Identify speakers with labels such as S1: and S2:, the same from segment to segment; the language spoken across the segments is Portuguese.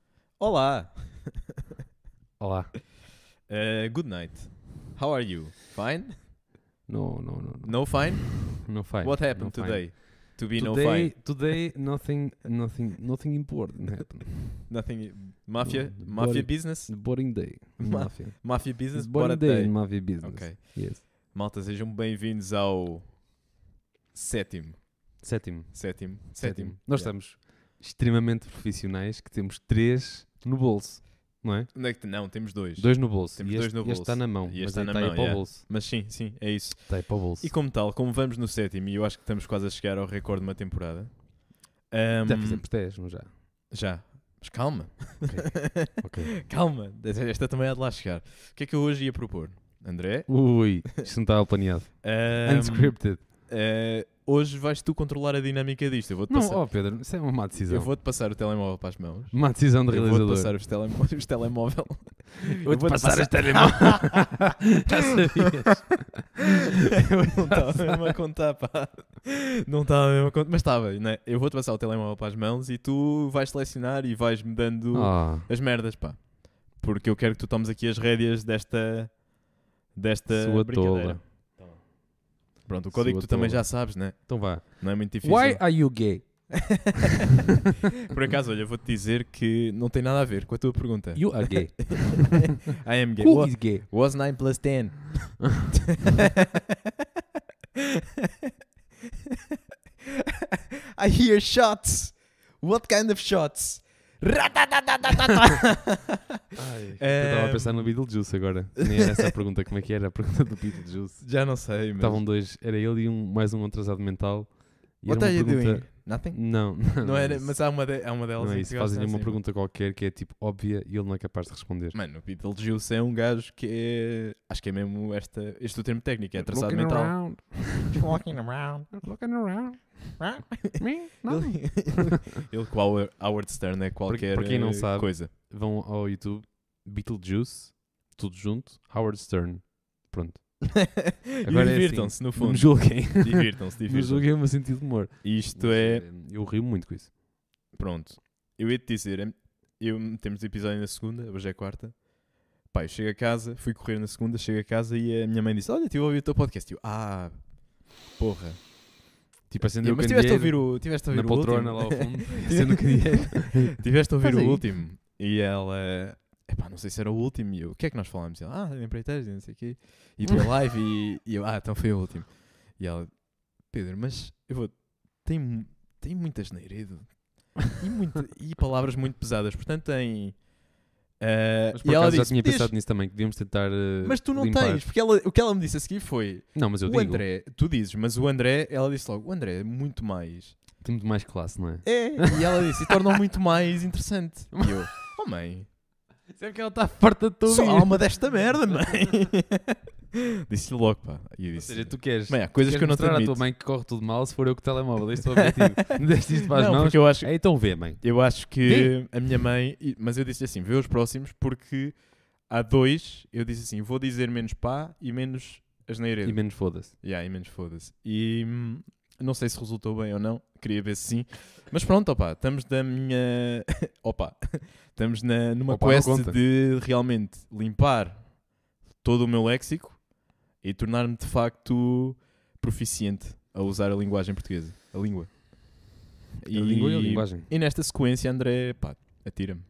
S1: Olá.
S2: Olá.
S1: Uh, good night. How are you? Fine?
S2: No, no, no, no.
S1: No fine?
S2: No fine.
S1: What happened
S2: no fine.
S1: today? To be no
S2: Today,
S1: fine.
S2: today nothing, nothing, nothing important happened.
S1: Nothing. Mafia?
S2: No,
S1: Mafia
S2: boring.
S1: business?
S2: Boring day. in
S1: Ma-
S2: Mafia.
S1: Mafia business? Bora
S2: Boring day
S1: day.
S2: in Mafia business.
S1: Ok.
S2: Yes.
S1: Malta, sejam bem-vindos ao sétimo.
S2: Sétimo.
S1: Sétimo.
S2: Sétimo.
S1: Sétimo.
S2: Nós
S1: Yeah.
S2: estamos extremamente profissionais que temos três no bolso, não é?
S1: Onde é que te- Não, temos dois.
S2: Dois no bolso.
S1: Temos
S2: e este,
S1: dois no
S2: Este
S1: bolso.
S2: está na mão.
S1: E este
S2: mas
S1: está
S2: aí
S1: na
S2: está aí
S1: mão,
S2: para o
S1: yeah.
S2: bolso.
S1: Mas sim, sim, é isso.
S2: Está aí para o bolso.
S1: E como tal, como vamos no sétimo, e eu acho que estamos quase a chegar ao recorde de uma temporada. ehm, ahm,
S2: Já fizemos 10, não já?
S1: Já. Mas calma.
S2: Ok.
S1: Calma. Esta também há de lá chegar. O que é que eu hoje ia propor, André?
S2: Ui, isto não estava planeado.
S1: Ahm,
S2: Unscripted.
S1: eh, hoje vais tu controlar a dinâmica disto. Eu vou-te
S2: Não,
S1: passar,
S2: ó Pedro, isso é uma má decisão.
S1: eu vou-te passar o telemóvel para as mãos.
S2: Má decisão do
S1: Eu vou-te
S2: realizador.
S1: passar os, telemó os telemóvel. Eu
S2: Vou-te
S1: vou-te
S2: passar as telemóvel. Já sabias.
S1: não estava mesmo a contar, pá. Não estava mesmo a contar. Mas estava, né? Eu vou-te passar o telemóvel para as mãos e tu vais selecionar e vais-me dando
S2: Ah,
S1: as merdas, pá. Porque eu quero que tu tomes aqui as rédeas desta. desta
S2: Sua
S1: brincadeira.
S2: tola.
S1: Pronto, o código
S2: Sua
S1: tu também
S2: tola.
S1: já sabes, né?
S2: Então vá.
S1: Não é muito difícil.
S2: Why are you gay?
S1: Por acaso, olha, vou-te dizer que não tem nada a ver com a tua pergunta.
S2: You are gay.
S1: I am gay.
S2: Who
S1: Wa-
S2: is gay?
S1: Was 9 plus 10? I hear shots. What kind of shots? Ratatatatata.
S2: Eu estava
S1: Ehm,
S2: a pensar no Beetlejuice agora. Nem era essa a pergunta. Como é que era a pergunta do Beetlejuice?
S1: Já não sei, mas...
S2: Estavam dois. Era ele e um, mais um atrasado mental. E
S1: What
S2: era
S1: are
S2: uma
S1: you
S2: pergunta...
S1: doing? Nothing?
S2: Não, não,
S1: Não era,
S2: isso.
S1: mas há uma, de, há uma delas
S2: Não
S1: em
S2: é
S1: que
S2: isso.
S1: gosta
S2: Fazem-lhe uma
S1: assim.
S2: pergunta qualquer que é tipo óbvia e ele não é capaz de responder.
S1: Mano, o Beetlejuice é um gajo que é... Acho que é mesmo esta, este o termo técnico, é traçado mental.
S2: around.
S3: walking around.
S2: Looking around.
S3: Right?
S2: Me?
S1: Ele, ele- ele com Howard, Howard Stern é qualquer
S2: para quem não
S1: eh,
S2: sabe,
S1: coisa.
S2: Vão ao YouTube. Beetlejuice. Tudo junto. Howard Stern. Pronto.
S1: e divirtam-se, no
S2: é assim, Não
S1: fundo.
S2: me julguem.
S1: Divirtam-se,
S2: Não me
S1: divirtam-se.
S2: julguem o meu sentido de humor.
S1: Isto
S2: Mas,
S1: é.
S2: eh, Eu rio muito com isso.
S1: Pronto. Eu ia te dizer, em- eu, temos episódio na segunda, hoje é quarta. Pá, eu chego a casa, fui correr na segunda, chego a casa e a minha mãe disse: Olha, estive a ouvir o teu podcast. E Eu, ah, porra.
S2: Tipo, acendeu
S1: Eu,
S2: o
S1: mas tiveste a ouvir
S2: candeeiro
S1: o, tiveste a ouvir
S2: na
S1: o
S2: poltrona
S1: último.
S2: lá ao fundo. acendeu o candeeiro.
S1: Tiveste a ouvir
S2: Faz
S1: o
S2: aí.
S1: último. E ela. Epá, não sei se era o último. E eu, o que é que nós falámos? E ela, ah, empreiteiros e não sei o quê. E deu live e, e eu, ah, então foi o último. E ela, Pedro, mas eu vou. Tem, mu- tem muita geneiredo. E, muita- e palavras muito pesadas. Portanto, tem. ah,
S2: Mas
S1: e
S2: por
S1: ela
S2: acaso já
S1: disse,
S2: tinha
S1: "Diz,
S2: pensado nisso também, que devíamos tentar. eh,
S1: mas tu não
S2: limpar.
S1: tens, porque ela- o que ela me disse a seguir foi:
S2: Não, mas eu
S1: o
S2: digo.
S1: André, tu dizes, mas o André, ela disse logo: o André é muito mais.
S2: Tem muito mais classe, não é?
S1: É. E ela disse, e tornam muito mais interessante. E eu, oh mãe,
S2: Sempre que ela está farta de
S1: só há uma desta merda, mãe. Disse-lhe logo, pá. E eu
S2: Ou
S1: disse,
S2: seja, tu queres.
S1: mãe, há coisas
S2: queres
S1: que eu não te
S2: mostrar à
S1: admito.
S2: tua mãe que corre tudo mal se for eu que o telemóvel. Este é o objetivo. Me deste isto para as
S1: não,
S2: mãos.
S1: porque eu acho,
S2: É, então vê, mãe.
S1: eu acho que a minha mãe... e- Mas eu disse assim, vê os próximos, porque há dois, eu disse assim, vou dizer menos pá e menos asneiredo.
S2: E
S1: E, men
S2: menos foda-se.
S1: yeah, e menos foda-se. E hum, não sei se resultou bem ou não, queria ver se sim. Mas pronto, opá, estamos da minha... opá, estamos na, numa
S2: Opa, não
S1: quest
S2: conta.
S1: de realmente limpar todo o meu léxico e tornar-me de facto proficiente a usar a linguagem portuguesa, a língua.
S2: A língua e a linguagem.
S1: e nesta sequência, André, pá, atira-me.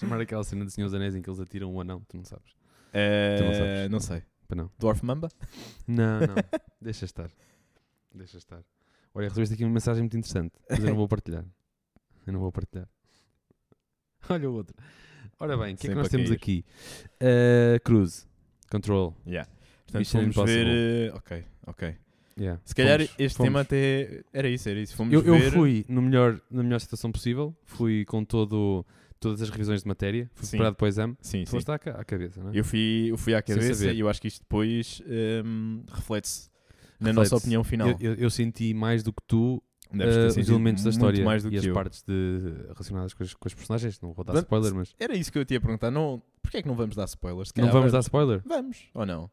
S2: Chamar aquela cena de Senhor dos Anéis em que eles atiram o anão, tu não sabes.
S1: Eh,
S2: Tu não sabes.
S1: não sei.
S2: Para não.
S1: Dwarf Mamba?
S2: Não, não. Deixa estar. Deixa estar. Olha, recebeste aqui uma mensagem muito interessante, mas eu não vou partilhar. Eu não vou partilhar. Olha o outro. Ora bem, o que
S1: Sempre
S2: é que nós
S1: a
S2: temos
S1: cair.
S2: aqui? Uh, Cruise. Control.
S1: Yeah. Portanto,
S2: Mission
S1: fomos ver.
S2: Impossible.
S1: eh, ok, ok.
S2: Yeah.
S1: Se calhar
S2: Fomos,
S1: este
S2: fomos.
S1: tema até. Era isso, era isso. Fomos
S2: Eu, eu
S1: ver.
S2: fui no melhor, na melhor situação possível, fui com todo, todas as revisões de matéria, fui
S1: Sim.
S2: preparado para o exame.
S1: Sim,
S2: Tu
S1: sim.
S2: foste à, ca- à cabeça, não é?
S1: Eu fui, eu fui à
S2: Sem
S1: cabeça
S2: saber.
S1: e eu acho que isto depois hum, reflete-se na
S2: Reflete-se.
S1: nossa opinião final.
S2: Eu- eu- eu senti mais do que tu
S1: Deves ter
S2: eh, os
S1: sentido
S2: elementos da
S1: muito
S2: história
S1: mais do
S2: e
S1: que
S2: as
S1: eu.
S2: partes de- relacionadas com as, com as personagens. Não vou dar
S1: Vamos-
S2: spoiler, mas.
S1: Era isso que eu te ia perguntar. Não, porquê é que não vamos dar spoilers? Se
S2: Não
S1: calhar
S2: vamos dar
S1: vamos.
S2: spoiler?
S1: Vamos, ou não?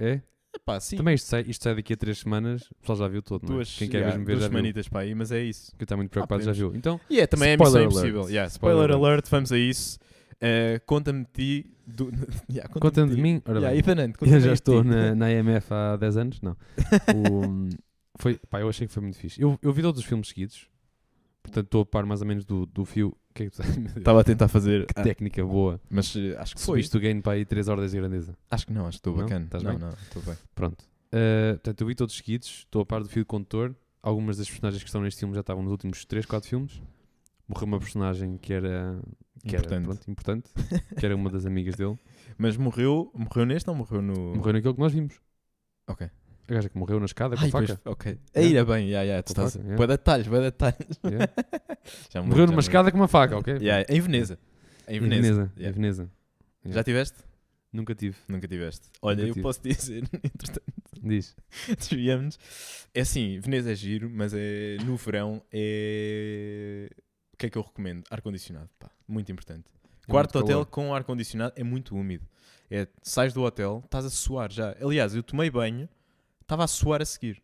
S2: É?
S1: Epá, sim.
S2: Também isto sai, isto sai daqui a três semanas, o pessoal já viu todo, não é?
S1: duas,
S2: Quem quer
S1: yeah,
S2: mesmo ver
S1: duas
S2: já viu.
S1: semanitas para aí, mas é isso.
S2: Quem está muito preocupado
S1: Ah,
S2: já
S1: podemos.
S2: viu. Então,
S1: E é também
S2: Spoiler
S1: é missão impossível.
S2: alert.
S1: Yeah,
S2: Spoiler
S1: spoiler,
S2: alert.
S1: alert. vamos a isso. Eh, Conta-me de ti. do- Yeah,
S2: conta-me de mim. Ora
S1: Yeah,
S2: bem.
S1: Ethan Hunt,
S2: Eu
S1: conta-me
S2: já
S1: de
S2: estou
S1: ti.
S2: na, na EMF há 10 anos, não. O- foi, pá, eu achei que foi muito fixe. Eu, eu vi todos os filmes seguidos, portanto estou a par mais ou menos do, do fio. O que é que tu Meu Deus,
S1: Estava a tentar fazer.
S2: que
S1: ah,
S2: técnica boa.
S1: mas eh, acho que foi.
S2: Subiste o game para aí 3 horas de grandeza.
S1: Acho que não, acho que estou
S2: Não?
S1: bacana.
S2: Estás
S1: não,
S2: bem?
S1: não, estou bem.
S2: Pronto. Uh, portanto, eu vi todos seguidos, estou a par do fio de condutor. Algumas das personagens que estão neste filme já estavam nos últimos 3, 4 filmes. Morreu uma personagem que era, que era,
S1: Importante.
S2: pronto, importante, que era um- uma das amigas dele.
S1: Mas morreu, morreu neste ou morreu no.
S2: Morreu naquilo que nós vimos.
S1: Ok.
S2: A gaja que morreu na escada com a
S1: Ai, pois,
S2: faca. É?
S1: ok. Ainda bem, yeah, yeah, tu
S2: Com a
S1: estás.
S2: faca, yeah.
S1: Vai dar detalhes, vai dar detalhes.
S2: Yeah.
S1: Já me lembro,
S2: Morreu
S1: já
S2: numa
S1: me
S2: escada com uma faca, ok?
S1: lembro. Então, Yeah, em Veneza. Em Veneza.
S2: em
S1: Yeah.
S2: Veneza. Yeah.
S1: Já tiveste?
S2: Nunca tive.
S1: Nunca tiveste. Olha,
S2: Nunca
S1: eu
S2: tive.
S1: posso dizer, entretanto,
S2: Diz.
S1: desviamos. É assim, Veneza é giro, mas é no verão é. O que é que eu recomendo? Ar-condicionado, pá, muito importante.
S2: É
S1: Quarto
S2: muito
S1: hotel
S2: calor.
S1: com ar-condicionado é muito úmido. É, sais do hotel, estás a suar já. Aliás, eu tomei banho, estava a suar a seguir.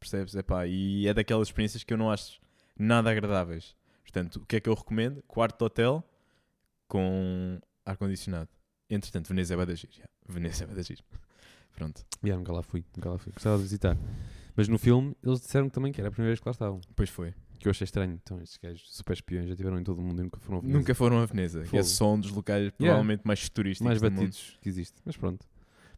S1: Percebes? É pá, e é daquelas experiências que eu não acho nada agradáveis. Portanto, o que é que eu recomendo? Quarto de hotel com ar-condicionado. Entretanto, Veneza é Badagir. Yeah. Veneza é Badagir. Pronto.
S2: Yeah, nunca lá fui, nunca lá fui. Gostava de visitar. Mas no filme, eles disseram também que era a primeira vez que lá estavam.
S1: Pois foi.
S2: Que eu achei estranho. Então, estes gajos super espiões já tiveram em todo o mundo e nunca foram a Veneza.
S1: Nunca foram a Veneza, que
S2: Fogo.
S1: é só um dos locais provavelmente mais turísticos.
S2: mais
S1: do mundo.
S2: batidos que existe. Mas pronto.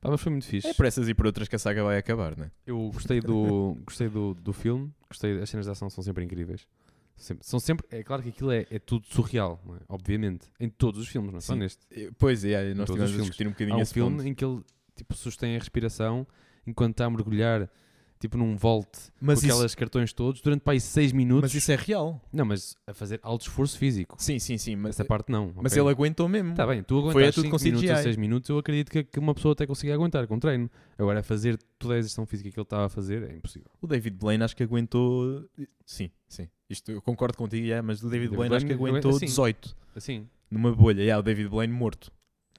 S2: Pá, mas foi muito fixe.
S1: É por essas e por outras que a saga vai acabar, não é?
S2: Eu gostei do, gostei do, do filme, gostei, as cenas de ação são sempre incríveis. Sempre- são sempre, é claro que aquilo é, é tudo surreal, não é? obviamente, em todos os filmes, não é só
S1: Sim.
S2: neste.
S1: Eh, Pois é, aí nós
S2: Todos
S1: tivemos a
S2: os filmes.
S1: discutir um
S2: Há
S1: bocadinho
S2: um
S1: esse
S2: filme
S1: ponto.
S2: em que ele tipo, sustém a respiração enquanto está a mergulhar, tipo num volte,
S1: Mas
S2: com
S1: isso,
S2: aquelas cartões todos, durante para aí 6 minutos.
S1: mas isso é real.
S2: Não, mas a fazer alto esforço físico.
S1: Sim, sim, sim. Mas, é-
S2: Essa parte não.
S1: mas
S2: ok?
S1: ele aguentou mesmo.
S2: Está Tá bem, tu
S1: Foi a
S2: aguentas
S1: tudo
S2: 5
S1: com
S2: minutos ou
S1: CGI.
S2: 6 minutos, eu acredito que, que uma pessoa até consiga aguentar com treino. Agora, a fazer toda a exerção física que ele estava a fazer é impossível.
S1: O David Blaine acho que aguentou. Sim, sim. Isto eu concordo contigo, yeah, mas o David,
S2: David
S1: Blaine, acho que
S2: Blaine é
S1: aguentou
S2: aguenta- sim.
S1: 18
S2: Assim.
S1: numa bolha. Yeah, o David Blaine morto.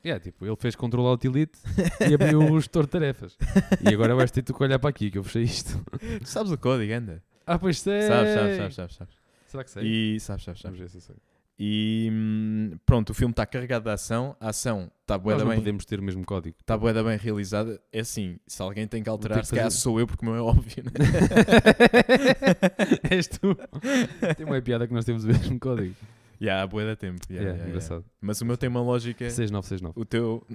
S2: É, tipo, ele fez Ctrl Alt Delete e abriu o gestor de tarefas. E agora vais ter tu que olhar para aqui, que eu fechei isto.
S1: Tu sabes o código, anda.
S2: Ah, pois sei!
S1: Sabes, sabes, sabes, sabes, sabes.
S2: Será que sei?
S1: E sabes, sabes, sabes.
S2: Vamos ver se eu sei.
S1: E hum, pronto, o filme está carregado de ação. A ação está bué
S2: Nós
S1: da
S2: não
S1: bem.
S2: podemos ter o mesmo código.
S1: Está bué da bem realizada. É assim, se alguém tem que alterar,
S2: que
S1: se calhar
S2: fazer-
S1: sou eu, porque o meu é óbvio. Né?
S2: És tu. Tem um uma piada que nós temos o mesmo código.
S1: yeah, bué da tempo.
S2: É,
S1: Yeah, yeah, yeah.
S2: engraçado.
S1: Mas o meu tem uma lógica.
S2: É. 6969.
S1: O teu.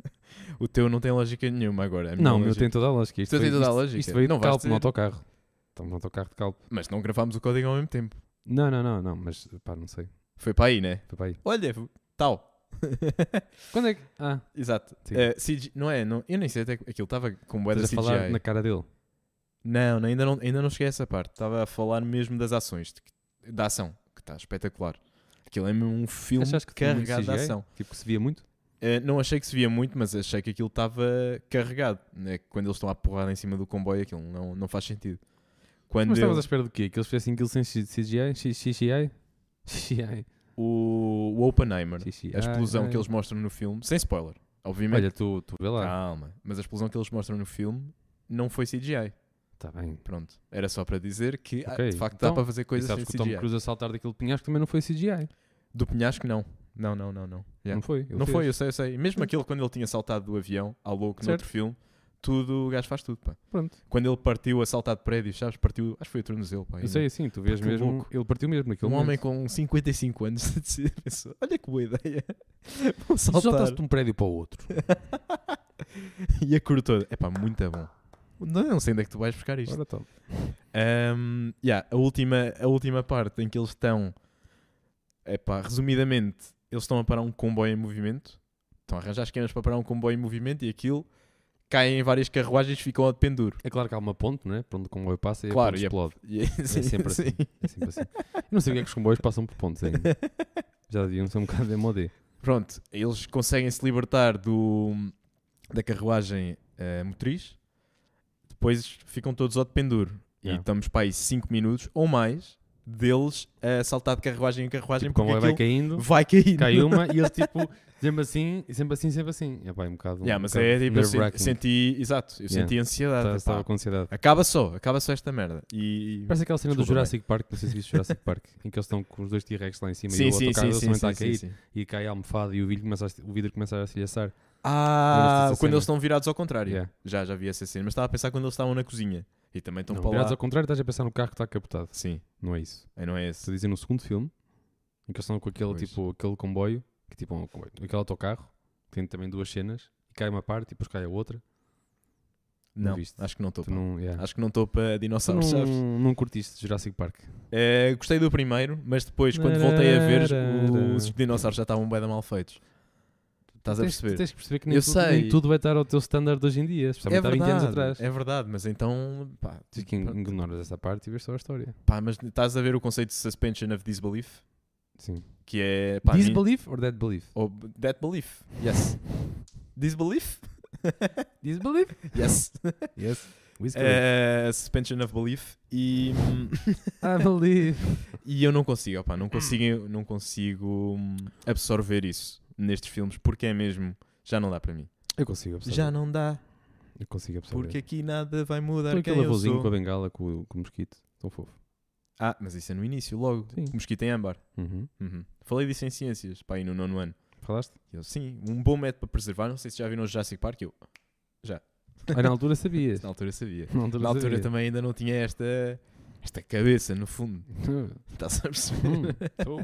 S1: o teu não tem lógica nenhuma agora. A minha
S2: Não, o meu
S1: lógica-
S2: tem toda a lógica. Isto
S1: Tu
S2: veio-
S1: tens toda a
S2: isto-
S1: lógica.
S2: Isto veio de
S1: Não vais
S2: calpo no
S1: ter-
S2: autocarro. Estamos no autocarro de calpo.
S1: Mas não gravámos o código ao mesmo tempo.
S2: Não, não, não, não, mas pá, não sei.
S1: Foi para aí, né?
S2: Foi para aí.
S1: Olha, tal.
S2: Quando é que. Ah,
S1: Exato.
S2: Sim.
S1: Eh, CG não é? Não, eu nem sei até que aquilo estava com boeda
S2: estás a
S1: CGI.
S2: falar na cara dele.
S1: Não, não, ainda não, ainda não cheguei a essa parte. Estava a falar mesmo das ações, de que- da ação, que está espetacular. Aquilo é mesmo um filme
S2: Achaste que tinha muito
S1: carregado de
S2: CGI?
S1: ação.
S2: Tipo, que se via muito.
S1: Eh, não achei que se via muito, mas achei que aquilo estava carregado. Né? Quando eles estão a porrada em cima do comboio, aquilo não, não faz sentido. Quando
S2: Mas estavas
S1: eu-
S2: à espera do quê? Que eles fizessem aquilo sem CGI? CGI? CGI?
S1: o, o Oppenheimer,
S2: CGI?
S1: a explosão que eles mostram no filme, sem spoiler, obviamente.
S2: Ah, é. Olha, tu, tu vê lá.
S1: Calma, mas a explosão que eles mostram no filme não foi CGI. Tá.
S2: Está Tá bem.
S1: Pronto, era só para dizer que ah,
S2: Ok,
S1: de facto
S2: então,
S1: dá para fazer coisas
S2: e sabes
S1: sem
S2: que o Tom
S1: CGI.
S2: Cruise a saltar daquele penhasco também não foi CGI.
S1: Do penhasco, não. Não, não, não, não. Yeah.
S2: Não foi? Ele
S1: Não, foi, eu
S2: fez.
S1: sei, eu sei. E Mesmo aquele quando ele tinha saltado do avião, ao louco, no
S2: Certo.
S1: outro filme, tudo, o gajo faz tudo, pá.
S2: Pronto.
S1: Quando ele partiu a saltar de prédios, sabes? Partiu, acho que foi o tornozelo, pá.
S2: Eu sei, assim, tu vês
S1: Pá, que
S2: mesmo.
S1: louco.
S2: Ele partiu mesmo naquele
S1: Um homem
S2: momento.
S1: com 55 anos decidiu, pensou, olha que boa ideia. Vou
S2: Tu saltaste
S1: saltar.
S2: de um prédio para o outro.
S1: E a cor toda. É pá, muito bom. Não, não sei onde é que tu vais buscar isto.
S2: Ora, top.
S1: Um, yeah, a, última, a última parte em que eles estão. Epá, resumidamente, eles estão a parar um comboio em movimento. Estão a arranjar esquemas para parar um comboio em movimento e aquilo caem em várias carruagens e ficam a dependuro.
S2: É claro que há uma ponte, não é? Para onde o comboio passa e
S1: Claro,
S2: a ponte
S1: e a-
S2: explode.
S1: E é
S2: É sempre assim. É sempre assim. Eu não sei o que é que os comboios passam por pontes ainda. Já deviam ser um bocado de MOD.
S1: Pronto, eles conseguem se libertar do, da carruagem eh, motriz, depois ficam todos ao dependuro. E
S2: Yeah.
S1: estamos para aí 5 minutos ou mais deles a saltar de carruagem em carruagem
S2: Tipo,
S1: porque
S2: como vai
S1: aquilo
S2: caindo,
S1: vai né? caindo.
S2: cai uma e ele tipo, sempre assim, e sempre assim, sempre assim. É pá, é um bocado.
S1: Yeah,
S2: um
S1: mas
S2: bocado
S1: é tipo, eu sen-
S2: nerve-wracking.
S1: senti, exato, eu
S2: Yeah.
S1: senti ansiedade.
S2: Tá-
S1: pá.
S2: Estava com ansiedade.
S1: Acaba só, acaba só esta merda. E
S2: Parece aquela cena do
S1: Desculpa,
S2: Jurassic Park, não sei se viste Jurassic Park, em que eles estão com os dois T-Rex lá em cima e
S1: sim,
S2: o
S1: sim,
S2: autocarro
S1: sim,
S2: deles
S1: sim,
S2: também está
S1: sim,
S2: a cair.
S1: sim, sim.
S2: E cai a almofada e o vidro começa a, o vidro começa a se estilhaçar.
S1: Ah,
S2: essa
S1: quando
S2: cena?
S1: eles estão virados ao contrário.
S2: Yeah.
S1: Já, já vi essa cena, mas estava a pensar quando eles estavam na cozinha e também estão
S2: Não,
S1: então para
S2: virados
S1: lá.
S2: ao contrário, estás a pensar no carro que está capotado.
S1: Sim,
S2: Não é isso.
S1: aí não é
S2: Estou
S1: esse.
S2: a dizer no segundo filme, em que eles estão com aquele,
S1: Pois.
S2: tipo, aquele comboio, que tipo, é um comboio, aquele autocarro, tem também duas cenas, e cai uma parte e depois cai a outra. Não
S1: Não,
S2: viste.
S1: acho que não estou.
S2: Tu não, yeah.
S1: Acho que não estou para
S2: Tu
S1: dinossauros, sabes?
S2: não, não curtiste Jurassic Park.
S1: Eh, gostei do primeiro, mas depois, quando voltei a ver, os dinossauros já estavam bem mal feitos. Estás a
S2: Tens-
S1: perceber?
S2: Tens que perceber É que nem,
S1: Eu
S2: tudo, nem
S1: sei.
S2: tudo vai estar ao teu standard de hoje em dia, especialmente há 20 anos atrás.
S1: é verdade, mas então pá,
S2: Tens que
S1: pronto.
S2: ignoras essa parte e vês só a história.
S1: Pá, mas estás a ver o conceito de suspension of disbelief?
S2: Sim.
S1: Que é. Pá, ni-
S2: Disbelief or dead belief?
S1: Ou that belief. Yes. Disbelief?
S2: Disbelief?
S1: Yes.
S2: yes. É. Whisker.
S1: Eh, suspension of belief. E, hum,
S2: I believe.
S1: e eu não consigo, opá, não consigo, não consigo hum, absorver isso nestes filmes porque é mesmo. Já não dá para mim.
S2: Eu consigo absorver.
S1: Já não dá,
S2: Eu consigo absorver.
S1: porque aqui nada vai mudar
S2: Estou
S1: quem
S2: aquele
S1: eu
S2: avôzinho com a
S1: sou.
S2: bengala, com, o- com o mosquito. Tão fofo.
S1: Ah, mas isso é no início, logo.
S2: Sim.
S1: Mosquito em âmbar.
S2: Uhum.
S1: Uhum. Falei disso em ciências, pá, aí no nono ano.
S2: Falaste?
S1: Eu, sim, um bom método para preservar. Não sei se já viram o Jurassic Park. Eu,
S2: Ah, na altura sabias.
S1: na altura, sabia.
S2: Na altura,
S1: Na altura
S2: sabia.
S1: também ainém ainda não tinha esta, esta cabeça, no fundo. Estás a perceber?
S2: Hum, tô.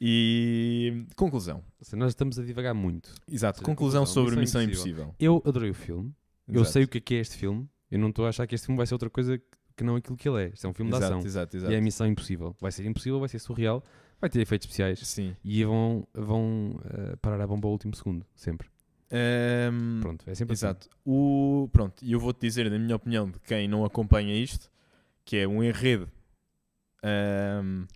S1: E. Conclusão.
S2: Ou seja, Nós estamos a divagar muito.
S1: Exato,
S2: Ou seja,
S1: conclusão,
S2: conclusão,
S1: sobre Missão
S2: Missão
S1: Impossível.
S2: Eu adorei o filme. Eu
S1: Exato.
S2: sei o que é que é este filme. Eu não estou a achar que este filme vai ser outra coisa que não aquilo que ele é. Isto é um filme
S1: exato,
S2: de ação.
S1: Exato,
S2: E é a
S1: exato.
S2: missão impossível. Vai ser impossível, vai ser surreal, vai ter efeitos especiais.
S1: Sim.
S2: E vão, vão eh, parar a bomba ao último segundo, sempre.
S1: Ahm,
S2: Pronto, é sempre
S1: Exato. O, pronto, e eu vou-te dizer, na minha opinião, de quem não acompanha isto, que é um enredo. ahm,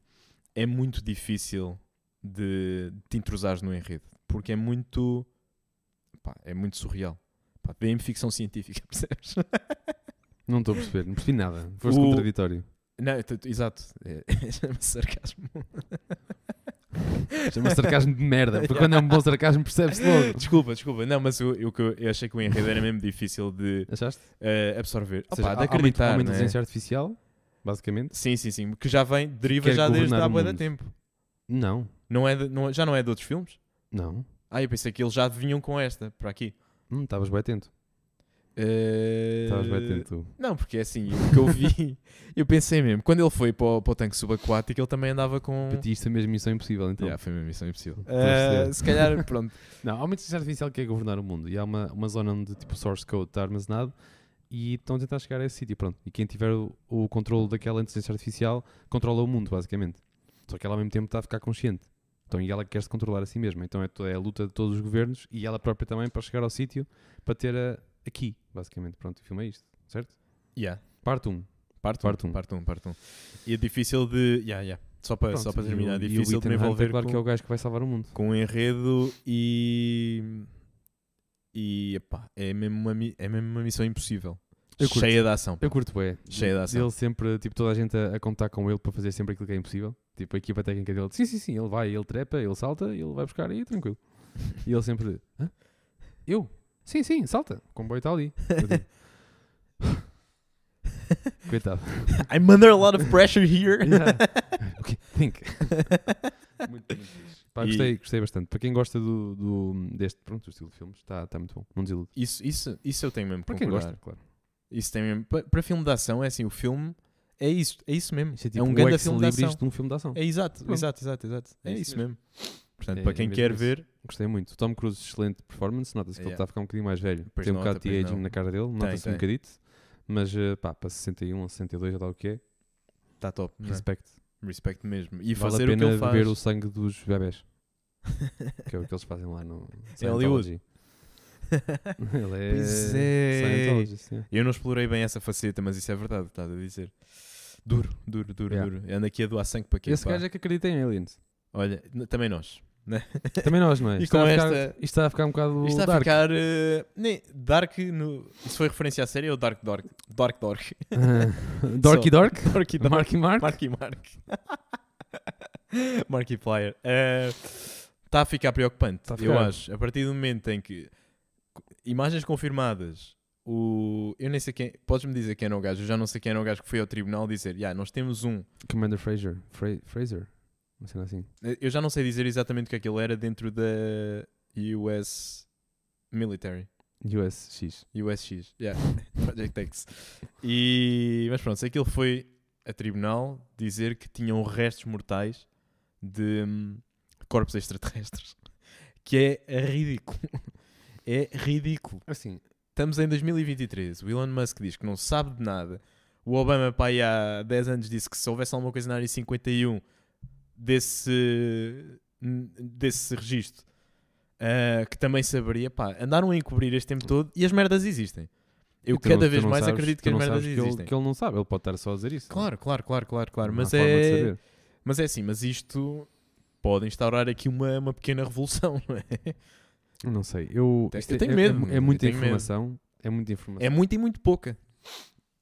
S1: é muito difícil de, de te intrusares no enredo, porque é muito. pá, é muito surreal. Pá, bem ficção científica, percebes?
S2: assim. Não estou a perceber, não percebi nada. Foste
S1: O-
S2: contraditório.
S1: Não, tu- tu- exato. É, Chama-se sarcasmo.
S2: Chama-se é um sarcasmo de merda, porque quando é um bom sarcasmo percebe-se logo.
S1: Desculpa, desculpa. Não, mas eu, eu, que- eu achei que o enredo era mesmo difícil de
S2: Achaste?
S1: eh, absorver.
S2: Ou seja, é?
S1: Opa,
S2: há-
S1: de
S2: há uma- há
S1: acreditar,
S2: uma
S1: né?
S2: inteligência artificial, basicamente?
S1: Sim, sim, sim. Que já vem, deriva
S2: Quer
S1: já desde
S2: governar
S1: há
S2: o
S1: bué de
S2: mundo.
S1: tempo.
S2: Não,
S1: Não é de- não é- já não é de outros filmes?
S2: não.
S1: Ah, eu pensei que eles já vinham com esta, para aqui.
S2: Hum, Estavas bem atento.
S1: Eh,
S2: Estavas bem atento. tu.
S1: Não, porque é assim, o que eu vi, eu pensei mesmo, quando ele foi para o, para o tanque subaquático, ele também andava com...
S2: Para ti isto é mesmo missão impossível, então.
S1: Yeah, foi uma missão impossível.
S2: Estou a perceber.
S1: Eh, se calhar, pronto.
S2: Não, há uma inteligência artificial que é governar o mundo e há uma, uma zona onde tipo source code está armazenado e estão a tentar chegar a esse sítio, pronto. E quem tiver o, o controle daquela inteligência artificial controla o mundo, basicamente. Só que ela ao mesmo tempo está a ficar consciente. Então, e ela quer-se controlar a si mesma. Então é, to- é a luta de todos os governos e ela própria também para chegar ao sítio para ter a, aqui, basicamente. Pronto, o filme é isto, certo?
S1: Yeah.
S2: Parte 1.
S1: Parte
S2: Parte
S1: 1,
S2: um.
S1: parte 1, parte 1. E é difícil de... Yeah, yeah. Só para, só para terminar, é difícil de me envolver
S2: claro
S1: com,
S2: que é o gajo que vai salvar o mundo.
S1: com um enredo e... E, epá, é mesmo uma, mi- é mesmo uma missão impossível.
S2: Eu curto.
S1: Cheia de ação.
S2: Eu curto é
S1: Cheio de ação.
S2: Ele sempre, tipo, toda a gente a, a contar com ele para fazer sempre aquilo que é impossível. Tipo, a equipa técnica dele, sim, sim, sim, ele vai, ele trepa, ele salta, ele vai buscar e é tranquilo. E ele sempre, Hã? eu? Sim, sim, salta, o comboio está ali. Eu digo, Coitado.
S1: I'm under a lot of pressure here.
S2: Yeah. Ok, think. muito, muito fixe. Pá,
S1: E-
S2: gostei, gostei bastante. Para quem gosta do, do- deste, pronto, do estilo de filmes, está está muito bom. Não desilude.
S1: Isso, isso, isso eu tenho mesmo que
S2: Para quem
S1: concordar.
S2: gosta, claro.
S1: Isso tem mesmo. pa- Para filme de ação, é assim, o filme é isso, é isso mesmo.
S2: Isto
S1: É,
S2: tipo
S1: um
S2: o
S1: grande
S2: ex
S1: filme de
S2: libris
S1: ação.
S2: de um filme de ação.
S1: É exato,
S2: Pronto.
S1: exato, exato, exato. É, isso, mesmo. Portanto,
S2: É-
S1: para
S2: é
S1: quem
S2: mesmo
S1: quer
S2: isso.
S1: ver,
S2: Gostei muito. Tom Cruise, excelente performance. Nota-se que ele
S1: Yeah.
S2: está a ficar um bocadinho mais velho.
S1: Pois
S2: tem um
S1: nota,
S2: bocado de
S1: pois
S2: aging
S1: não.
S2: na cara dele, nota-se um
S1: tem.
S2: bocadito. Mas eh, pá, para 61 ou 62 já dá o que é.
S1: está top. não é?
S2: Respect.
S1: Respect mesmo. E
S2: vale
S1: fazer
S2: a pena
S1: o que ele faz.
S2: ver o sangue dos bebés, que é o que eles fazem lá no
S1: Hollywood.
S2: Scientology. ele é,
S1: Pois é.
S2: Scientologist, yeah.
S1: Eu não explorei bem essa faceta, mas isso é verdade, estás a dizer. Duro, duro, duro,
S2: Yeah.
S1: duro. Anda aqui a doar sangue para quê?
S2: Esse é
S1: pá?
S2: gajo é que acredita em aliens.
S1: Olha, n- também nós.
S2: Também nós, não é?
S1: E
S2: Isto está
S1: com
S2: a ficar-
S1: esta-
S2: Isto está a ficar um bocado
S1: Isto está a
S2: dark.
S1: ficar. eh, nem, dark no. Isso foi referência à série ou Dark Dark? Dark Dark.
S2: Dorky Dork?
S1: Dark e Dark.
S2: Marky Mark?
S1: Marky Mark. Markiplier. Eh, Está a ficar preocupante,
S2: Está Tá a
S1: eu
S2: ficar.
S1: acho. A partir do momento em que. Imagens confirmadas. O, eu nem sei quem. Podes-me dizer quem era o gajo? Eu já não sei quem era o gajo que foi ao tribunal dizer: "Ya, nós temos um.
S2: Commander Fraser. Fra- Fraser? Uma cena assim.
S1: Eh, Eu já não sei dizer exatamente o que aquilo era dentro da US Military.
S2: USX.
S1: USX, yeah, Project X. E, mas pronto, aquilo foi a tribunal dizer que tinham restos mortais de hum, corpos extraterrestres. Que é ridículo. É ridículo.
S2: Assim,
S1: Estamos em 2023, o Elon Musk diz que não sabe de nada. O Obama, pai, há 10 anos disse que se houvesse alguma coisa na área 51 desse, desse registro, ah, que também saberia. Pá, andaram a encobrir este tempo todo e as merdas existem. Eu
S2: E tu não-
S1: cada
S2: tu
S1: vez
S2: não
S1: mais
S2: sabes-
S1: acredito
S2: tu
S1: que as
S2: não
S1: merdas
S2: sabes que ele-
S1: existem.
S2: Que ele não sabe, ele pode estar só a dizer isso.
S1: Claro, claro, claro, claro, claro.
S2: Não há
S1: Mas
S2: forma de
S1: é,
S2: saber.
S1: mas é assim, mas isto pode instaurar aqui uma, uma pequena revolução, não é?
S2: Não sei, eu.
S1: Eu
S2: isto é-
S1: tenho
S2: é-
S1: medo,
S2: É,
S1: eu
S2: muita
S1: tenho medo.
S2: informação. É muita informação.
S1: É muito e muito pouca.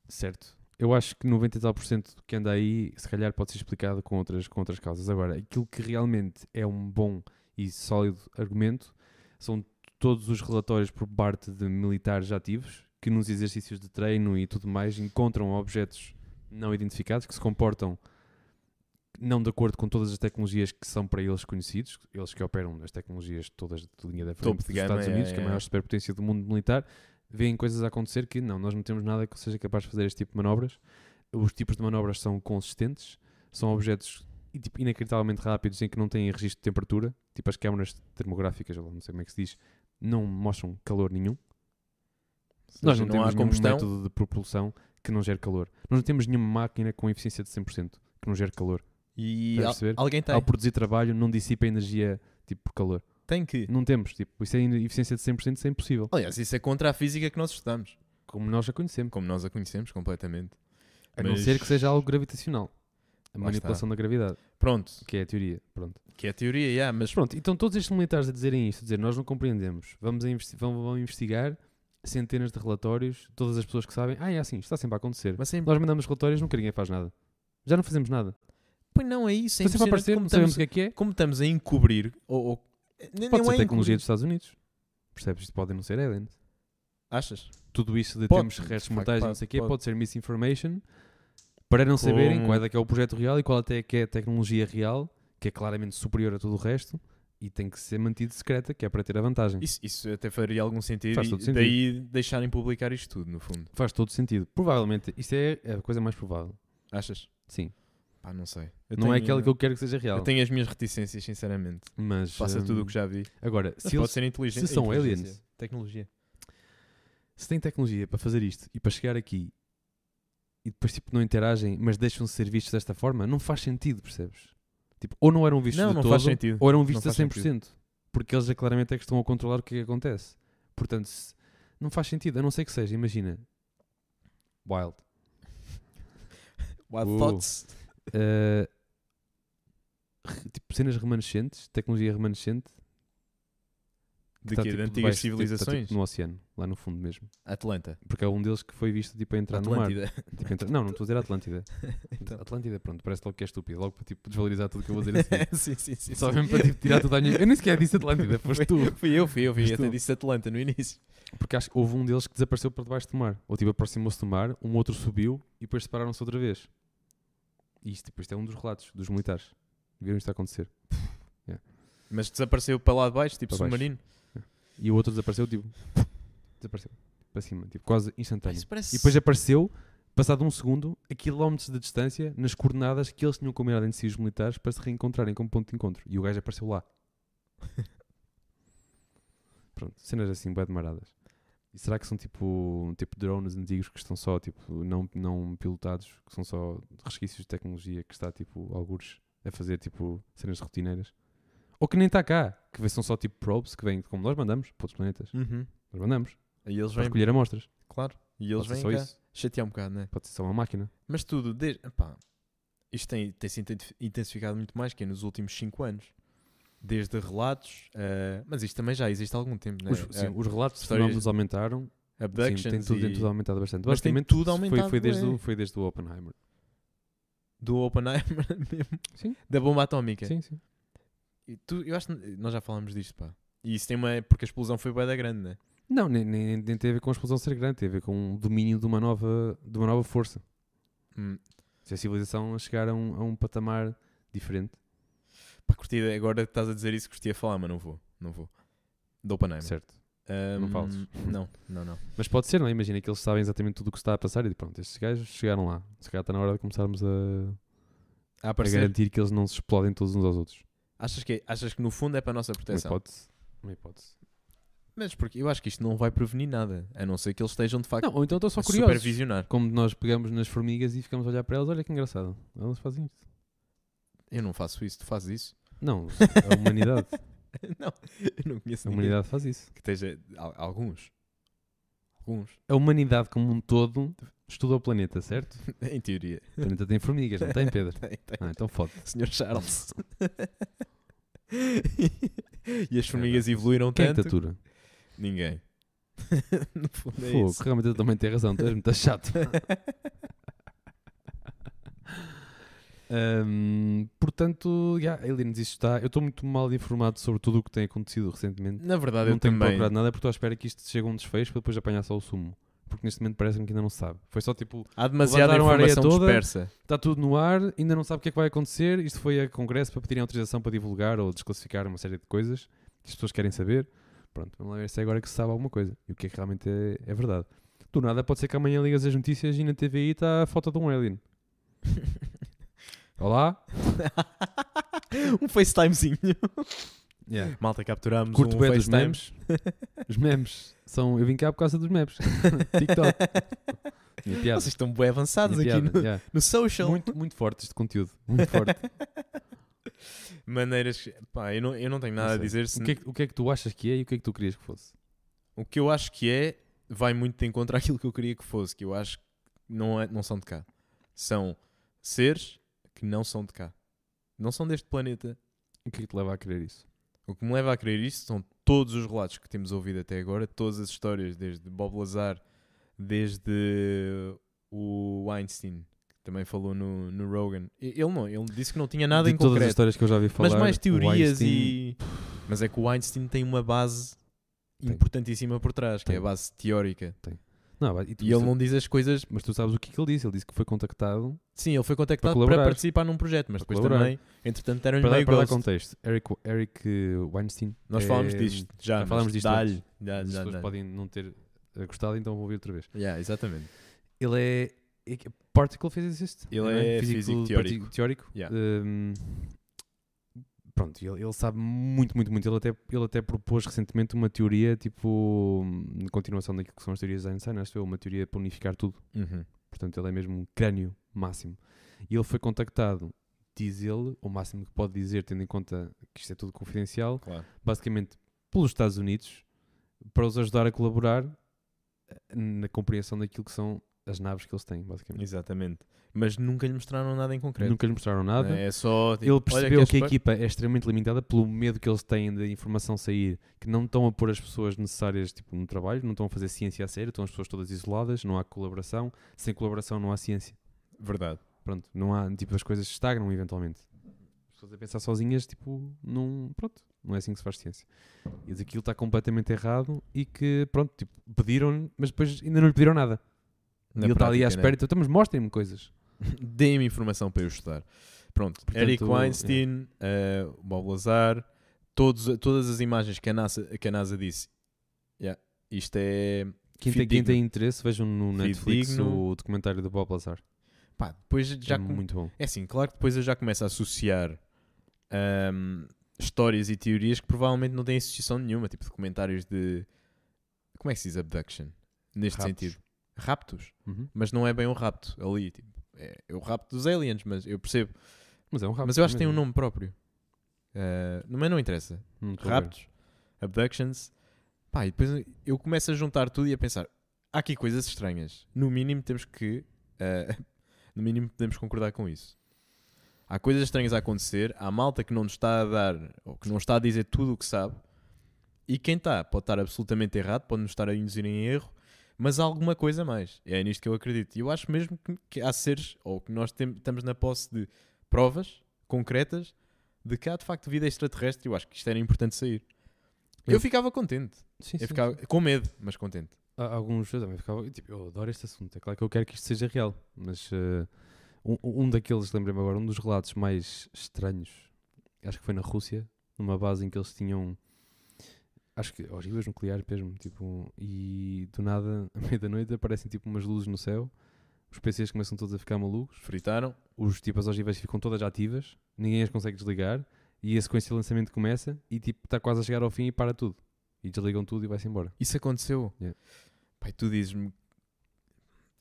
S2: Certo. Eu acho que 90 e tal por cento que anda aí, se calhar pode ser explicado com outras, com outras causas. Agora, aquilo que realmente é um bom e sólido argumento são todos os relatórios por parte de militares ativos que nos exercícios de treino e tudo mais encontram objetos não identificados que se comportam não de acordo com todas as tecnologias que são para eles conhecidos, eles que operam as tecnologias todas de linha da frente
S1: Topo de
S2: dos
S1: gama,
S2: Estados
S1: é,
S2: Unidos, que é
S1: é.
S2: a maior superpotência do mundo militar, veem coisas a acontecer que não, nós não temos nada que seja capaz de fazer este tipo de manobras. Os tipos de manobras são consistentes, são objetos e, tipo, inacreditavelmente rápidos em que não têm registro de temperatura, tipo as câmaras termográficas, ou não sei como é que se diz, não mostram calor nenhum. Nós não,
S1: Ou seja,
S2: temos
S1: há
S2: nenhum
S1: combustão.
S2: método de propulsão que não gere calor. Nós não temos nenhuma máquina com eficiência de 100% que não gere calor.
S1: E
S2: Estás a
S1: al-
S2: perceber?
S1: alguém tem.
S2: Ao produzir trabalho, não dissipa energia tipo por calor.
S1: Tem que.
S2: Não temos, tipo, isso é eficiência de 100%, isso é impossível.
S1: Aliás, isso é contra a física que nós estudamos,
S2: Como nós a conhecemos.
S1: como nós a conhecemos completamente.
S2: A não
S1: Mas-
S2: ser que seja algo gravitacional. A
S1: Lá
S2: manipulação da gravidade,
S1: Pronto,
S2: que é a teoria. Pronto.
S1: que é a teoria, yeah, mas
S2: Mas pronto, então todos estes militares a dizerem isto, a dizer nós não compreendemos, vamos a investi- vão, vão investigar centenas de relatórios, todas as pessoas que sabem, ah, é assim, isto está sempre a acontecer.
S1: mas é sempre,
S2: Nós mandamos relatórios, nunca ninguém faz nada. Já não fazemos nada.
S1: pois não é isso, é
S2: Está sempre a
S1: impressionante
S2: aparecer,
S1: como
S2: não sabemos
S1: estamos,
S2: o que é que é.
S1: como estamos a encobrir ou, ou- nem-
S2: Pode
S1: não
S2: ser
S1: é
S2: tecnologia
S1: encobrir.
S2: dos Estados Unidos. Percebes? Isto podem não ser aliens.
S1: Achas?
S2: tudo isso de
S1: Pode,
S2: termos
S1: de
S2: restos
S1: facto,
S2: mortais e não
S1: pode,
S2: sei o quê,
S1: pode.
S2: pode. ser misinformation para não saberem
S1: Com-
S2: qual é que é o projeto real e qual até que é a tecnologia real, que é claramente superior a todo o resto e tem que ser mantido secreta, que é para ter a vantagem.
S1: Isso, isso até faria algum sentido,
S2: Faz
S1: e
S2: todo sentido.
S1: daí deixarem publicar isto tudo, no fundo.
S2: Faz todo sentido. Provavelmente, isto é a coisa mais provável.
S1: Achas?
S2: Sim.
S1: Pá, não sei.
S2: não é aquela que eu quero que seja real.
S1: Eu tenho as minhas reticências, sinceramente.
S2: Mas
S1: Passa tudo o
S2: hum,
S1: que já vi.
S2: Agora,
S1: Mas
S2: se,
S1: pode
S2: eles,
S1: ser inteligente.
S2: se são
S1: inteligência.
S2: aliens.
S1: Tecnologia.
S2: se têm tecnologia para fazer isto e para chegar aqui e depois tipo não interagem, mas deixam de ser vistos desta forma, não faz sentido, percebes? Tipo, ou não eram vistos
S1: Não,
S2: de
S1: não
S2: todo, Oh.
S1: faz sentido.
S2: ou eram
S1: Não
S2: vistos a
S1: faz
S2: 100%,
S1: sentido.
S2: porque eles já claramente é que estão a controlar o que é que acontece. Portanto, se- não faz sentido, a não ser que seja, imagina. Wild.
S1: Wild
S2: Uh.
S1: thoughts.
S2: Eh, re- tipo, cenas remanescentes, tecnologia remanescente.
S1: De
S2: tá,
S1: quê? De
S2: tipo,
S1: antigas
S2: debaixo, tipo, tá, tipo,
S1: civilizações?
S2: no oceano, lá no fundo mesmo.
S1: Atlanta.
S2: Porque é um deles que foi visto tipo a entrar no mar.
S1: Atlântida.
S2: Tipo, entra- Não, não estou a dizer Atlântida.
S1: Então.
S2: Atlântida, pronto, parece logo que é estúpido. Logo para tipo, desvalorizar tudo o que eu vou dizer assim.
S1: sim, sim, sim.
S2: Só
S1: sim.
S2: mesmo para tipo, tirar toda a minha. Eu nem sequer disse Atlântida,
S1: Foi-
S2: foste tu.
S1: Fui eu, fui eu, fui eu.
S2: Foste
S1: Até
S2: tu.
S1: disse Atlanta no início.
S2: Porque acho que houve um deles que desapareceu para debaixo do mar. Ou tipo, aproximou-se do mar, um outro subiu e depois separaram-se outra vez. E isto, tipo, isto é um dos relatos dos militares. Viram isto a acontecer.
S1: Mas desapareceu para lá de baixo, tipo
S2: Para baixo.
S1: submarino.
S2: E o outro desapareceu, tipo. Desapareceu. Para cima, tipo, quase instantâneo.
S1: Ah, Isso parece...
S2: E depois é apareceu, passado um segundo, a quilómetros de distância, nas coordenadas que eles tinham combinado entre si os militares para se reencontrarem como ponto de encontro. E o gajo apareceu lá. Pronto, cenas assim, bem demaradas. E será que são tipo, tipo drones antigos que estão só, tipo, não, não pilotados, que são só resquícios de tecnologia que está, tipo, algures a fazer, tipo, cenas rotineiras? Ou que nem está cá, que são só, tipo, probes que vêm, como nós mandamos, para outros planetas.
S1: Uhum.
S2: Nós mandamos,
S1: E eles
S2: para
S1: vêm,
S2: recolher amostras.
S1: claro. E eles
S2: Pode ser
S1: vêm
S2: só
S1: cá.
S2: isso.
S1: Chatear um bocado, né?
S2: Pode ser só uma máquina.
S1: Mas tudo, desde... Epá, isto tem, tem se intensificado muito mais que é nos últimos 5 anos. Desde relatos, eh, mas isto também já existe há algum tempo, né?
S2: Os,
S1: Eh,
S2: sim, os relatos de
S1: histórias-
S2: fenómenos aumentaram. Sim,
S1: abductions
S2: tem tudo, tem
S1: e-
S2: tudo aumentado bastante.
S1: Mas tem
S2: Basicamente,
S1: tudo
S2: foi-
S1: aumentado,
S2: Foi desde,
S1: é.
S2: o, foi desde o Oppenheimer.
S1: do Oppenheimer mesmo.
S2: Sim.
S1: Da bomba atómica.
S2: Sim, sim.
S1: E tu- eu acho que nós já falámos disto, pá. E isso tem uma. Porque a explosão foi bué da grande, né?
S2: Não, nem, nem, nem tem a ver com a explosão ser grande, tem a ver com o domínio de uma nova, de uma nova força.
S1: Hum.
S2: Se a civilização chegar a um, a um patamar diferente,
S1: Pá, curtida, agora que estás a dizer isso, curtia falar, mas não vou. Não vou. Do Oppenheimer.
S2: certo.
S1: Ahm,
S2: Não fales.
S1: Hum, Não, não, não.
S2: Mas pode ser, não é? Imagina que eles sabem exatamente tudo o que está a passar e pronto, estes gajos chegaram lá. Se calhar está na hora de começarmos a,
S1: A
S2: a
S1: aparecer.
S2: garantir que eles não se explodem todos uns aos outros.
S1: Achas que, achas que no fundo é para a nossa
S2: Uma
S1: proteção?
S2: hipótese. Uma hipótese.
S1: Mas porque eu acho que isto não vai prevenir nada, a não ser que eles estejam de facto
S2: Não, ou então estou
S1: a
S2: só curioso.
S1: supervisionar.
S2: Como nós pegamos nas formigas e ficamos a olhar para elas, olha que engraçado. Elas fazem isto.
S1: Eu não faço isso, tu fazes isso?
S2: Não, é a humanidade.
S1: não, eu não conheço
S2: A
S1: ninguém
S2: humanidade faz isso.
S1: que esteja. al- Alguns. Alguns.
S2: A humanidade como um todo estuda o planeta, certo?
S1: em teoria.
S2: O planeta tem formigas, não tem, Pedro?
S1: Tem, tem.
S2: Ah, então fode.
S1: Senhor Charles. e as formigas evoluíram
S2: Quem é que
S1: tanto.
S2: tatura?
S1: Ninguém. no fundo é
S2: Fogo,
S1: isso.
S2: realmente eu também tenho razão, tu és muito chato. Hum, portanto, yeah, aliens, isto está. Eu estou muito mal informado sobre tudo o que tem acontecido recentemente.
S1: Na verdade,
S2: não
S1: Ah, eu
S2: tenho
S1: também.
S2: procurado nada porque estou à espera que isto chegue a um desfecho para depois apanhar só o sumo. Porque neste momento parece-me que ainda não se sabe. Foi só tipo,
S1: Há demasiada
S2: Levantaram a areia
S1: informação
S2: toda.
S1: dispersa.
S2: está tudo no ar, ainda não sabe o que é que vai acontecer. Isto foi a Congresso para pedirem autorização para divulgar ou desclassificar uma série de coisas que as pessoas querem saber. Pronto, vamos lá ver se é agora que se sabe alguma coisa e o que é que realmente é, é verdade. Do nada, pode ser que amanhã ligas as notícias e na TVI está a foto de um alien. Olá?
S1: um FaceTimezinho.
S2: Yeah.
S1: Malta, capturámos
S2: Curto
S1: um
S2: bem dos
S1: FaceTime.
S2: memes. Os memes são. Eu vim cá por causa dos memes. TikTok. Minha piada.
S1: Vocês estão bem avançados
S2: Minha
S1: aqui
S2: piada.
S1: no,
S2: yeah.
S1: no social.
S2: Muito, muito forte este conteúdo. Muito forte.
S1: Maneiras que. Pá, eu não, eu não tenho nada
S2: Não
S1: a
S2: sei.
S1: dizer. Se...
S2: o, que é, que- o que é que tu achas que é e o que é que tu querias que fosse?
S1: O que eu acho que é, vai muito de encontro àquilo que eu queria que fosse, que eu acho que não, é- não são de cá. São seres que não são de cá. Não são deste planeta.
S2: O que é que te leva a querer isso?
S1: O que me leva a crer isto são todos os relatos que temos ouvido até agora, todas as histórias, desde Bob Lazar, desde o Einstein, que também falou no, no Rogan. E- Ele não, ele disse que não tinha nada
S2: de
S1: em
S2: todas as
S1: concreto.
S2: histórias que eu já ouvi falar.
S1: Mas mais
S2: o
S1: teorias
S2: Einstein-
S1: e. Mas é que o Einstein tem uma base
S2: Tem.
S1: importantíssima por trás, que é
S2: Tem.
S1: a base teórica.
S2: Não, e tu-
S1: E ele
S2: tu-
S1: não diz as coisas.
S2: Mas tu sabes o que, é que ele disse? Ele disse que foi contactado.
S1: Sim, ele foi
S2: Para
S1: contactado para,
S2: colaborar.
S1: participar num projeto, mas
S2: Para
S1: depois
S2: colaborar.
S1: também, entretanto, era
S2: Para
S1: um
S2: dar,
S1: meio
S2: para dar
S1: gosto.
S2: contexto, Eric, Eric eh, Weinstein.
S1: Nós
S2: eh,
S1: falámos disto já,
S2: já falámos
S1: mas
S2: disto
S1: Dá-lhe,
S2: antes. As
S1: dá-lhe,
S2: pessoas
S1: dá-lhe.
S2: podem não ter eh, gostado, então vou ouvir outra vez.
S1: Yeah, exatamente.
S2: Ele é. é que- particle physicist?
S1: Ele
S2: não
S1: é físico teórico.
S2: parti- teórico.
S1: Yeah.
S2: Hum, pronto, ele, ele sabe muito, muito, muito. Ele até, ele até propôs recentemente uma teoria, tipo, na continuação daquilo que são as teorias de Einstein, acho eu, uma teoria para unificar tudo.
S1: Uhum.
S2: Portanto, ele é mesmo um crânio máximo. E ele foi contactado, diz ele, o máximo que pode dizer, tendo em conta que isto é tudo confidencial,
S1: Claro.
S2: basicamente pelos Estados Unidos, para os ajudar a colaborar eh, na compreensão daquilo que são as naves que eles têm, basicamente.
S1: Exatamente. Mas nunca lhe mostraram nada em concreto.
S2: Nunca lhe mostraram nada.
S1: É só. tipo,
S2: Ele
S1: olha
S2: percebeu
S1: és
S2: que a
S1: pa-
S2: equipa é extremamente limitada pelo medo que eles têm da informação sair, que não estão a pôr as pessoas necessárias tipo, no trabalho, não estão a fazer ciência a sério, estão as pessoas todas isoladas, não há colaboração, sem colaboração não há ciência.
S1: Verdade.
S2: Pronto, não há, tipo, as coisas estagnam eventualmente. As pessoas a pensar sozinhas, tipo, não, pronto, não é assim que se faz ciência. E diz que aquilo está completamente errado e que, pronto, tipo, pediram-lhe, mas depois ainda não lhe pediram nada.
S1: Na
S2: e ele está ali à
S1: prática,
S2: espera,
S1: né?
S2: então, então, mas mostrem-me coisas.
S1: Deem-me informação para eu estudar. Pronto.
S2: Portanto, é.
S1: Eric Weinstein, eh, Bob Lazar, todos, todas as imagens que a NASA, que a NASA disse. Yeah, Isto é.
S2: Quem tem, quem
S1: Fidedigno.
S2: tem interesse, vejam no Netflix
S1: Fidedigno.
S2: o documentário do Bob Lazar.
S1: Pá, depois já
S2: é
S1: com-
S2: muito bom.
S1: É assim, claro que depois eu já começo a associar ahm, histórias e teorias que provavelmente não têm associação nenhuma, tipo documentários de. Como é que se diz abduction? Neste
S2: Raptos. Uhum.
S1: sentido. Raptos. Mas não é bem um rapto ali. Tipo, é, é o rapto dos aliens, mas eu percebo.
S2: Mas é um rapto.
S1: mas eu acho que tem um nome próprio. Ah, não- mas não interessa. Raptos, abductions. Pá, e depois eu começo a juntar tudo e a pensar: há aqui coisas eh, estranhas. No mínimo temos que. ah, no mínimo podemos concordar com isso. Há coisas estranhas a acontecer, há malta que não nos está a dar, ou que não está a dizer tudo o que sabe, e quem está pode estar absolutamente errado, pode nos estar a induzir em erro, mas há alguma coisa a mais. É nisto que eu acredito. E eu acho mesmo que, que há seres, ou que nós tem- estamos na posse de provas concretas de que há de facto vida extraterrestre, e eu acho que isto era importante sair. Eu
S2: Eu-
S1: ficava contente.
S2: Sim,
S1: Eu ficava com medo, mas contente.
S2: Há- Alguns eu também ficava. Tipo, eu adoro este assunto. É claro que eu quero que isto seja real. Mas eh, um, um daqueles, lembrei-me agora, um dos relatos mais estranhos, acho que foi na Rússia, numa base em que eles tinham. Acho que ogivas nucleares mesmo, tipo, e do nada, à meia da noite, aparecem tipo umas luzes no céu, os PCs começam todos a ficar malucos,
S1: Fritaram.
S2: os tipo as ogivas ficam todas ativas, ninguém as consegue desligar, e a sequência de lançamento começa e tipo está quase a chegar ao fim e para tudo. E desligam tudo e vai-se embora.
S1: Isso aconteceu.
S2: Yeah.
S1: Pai, tu dizes-me.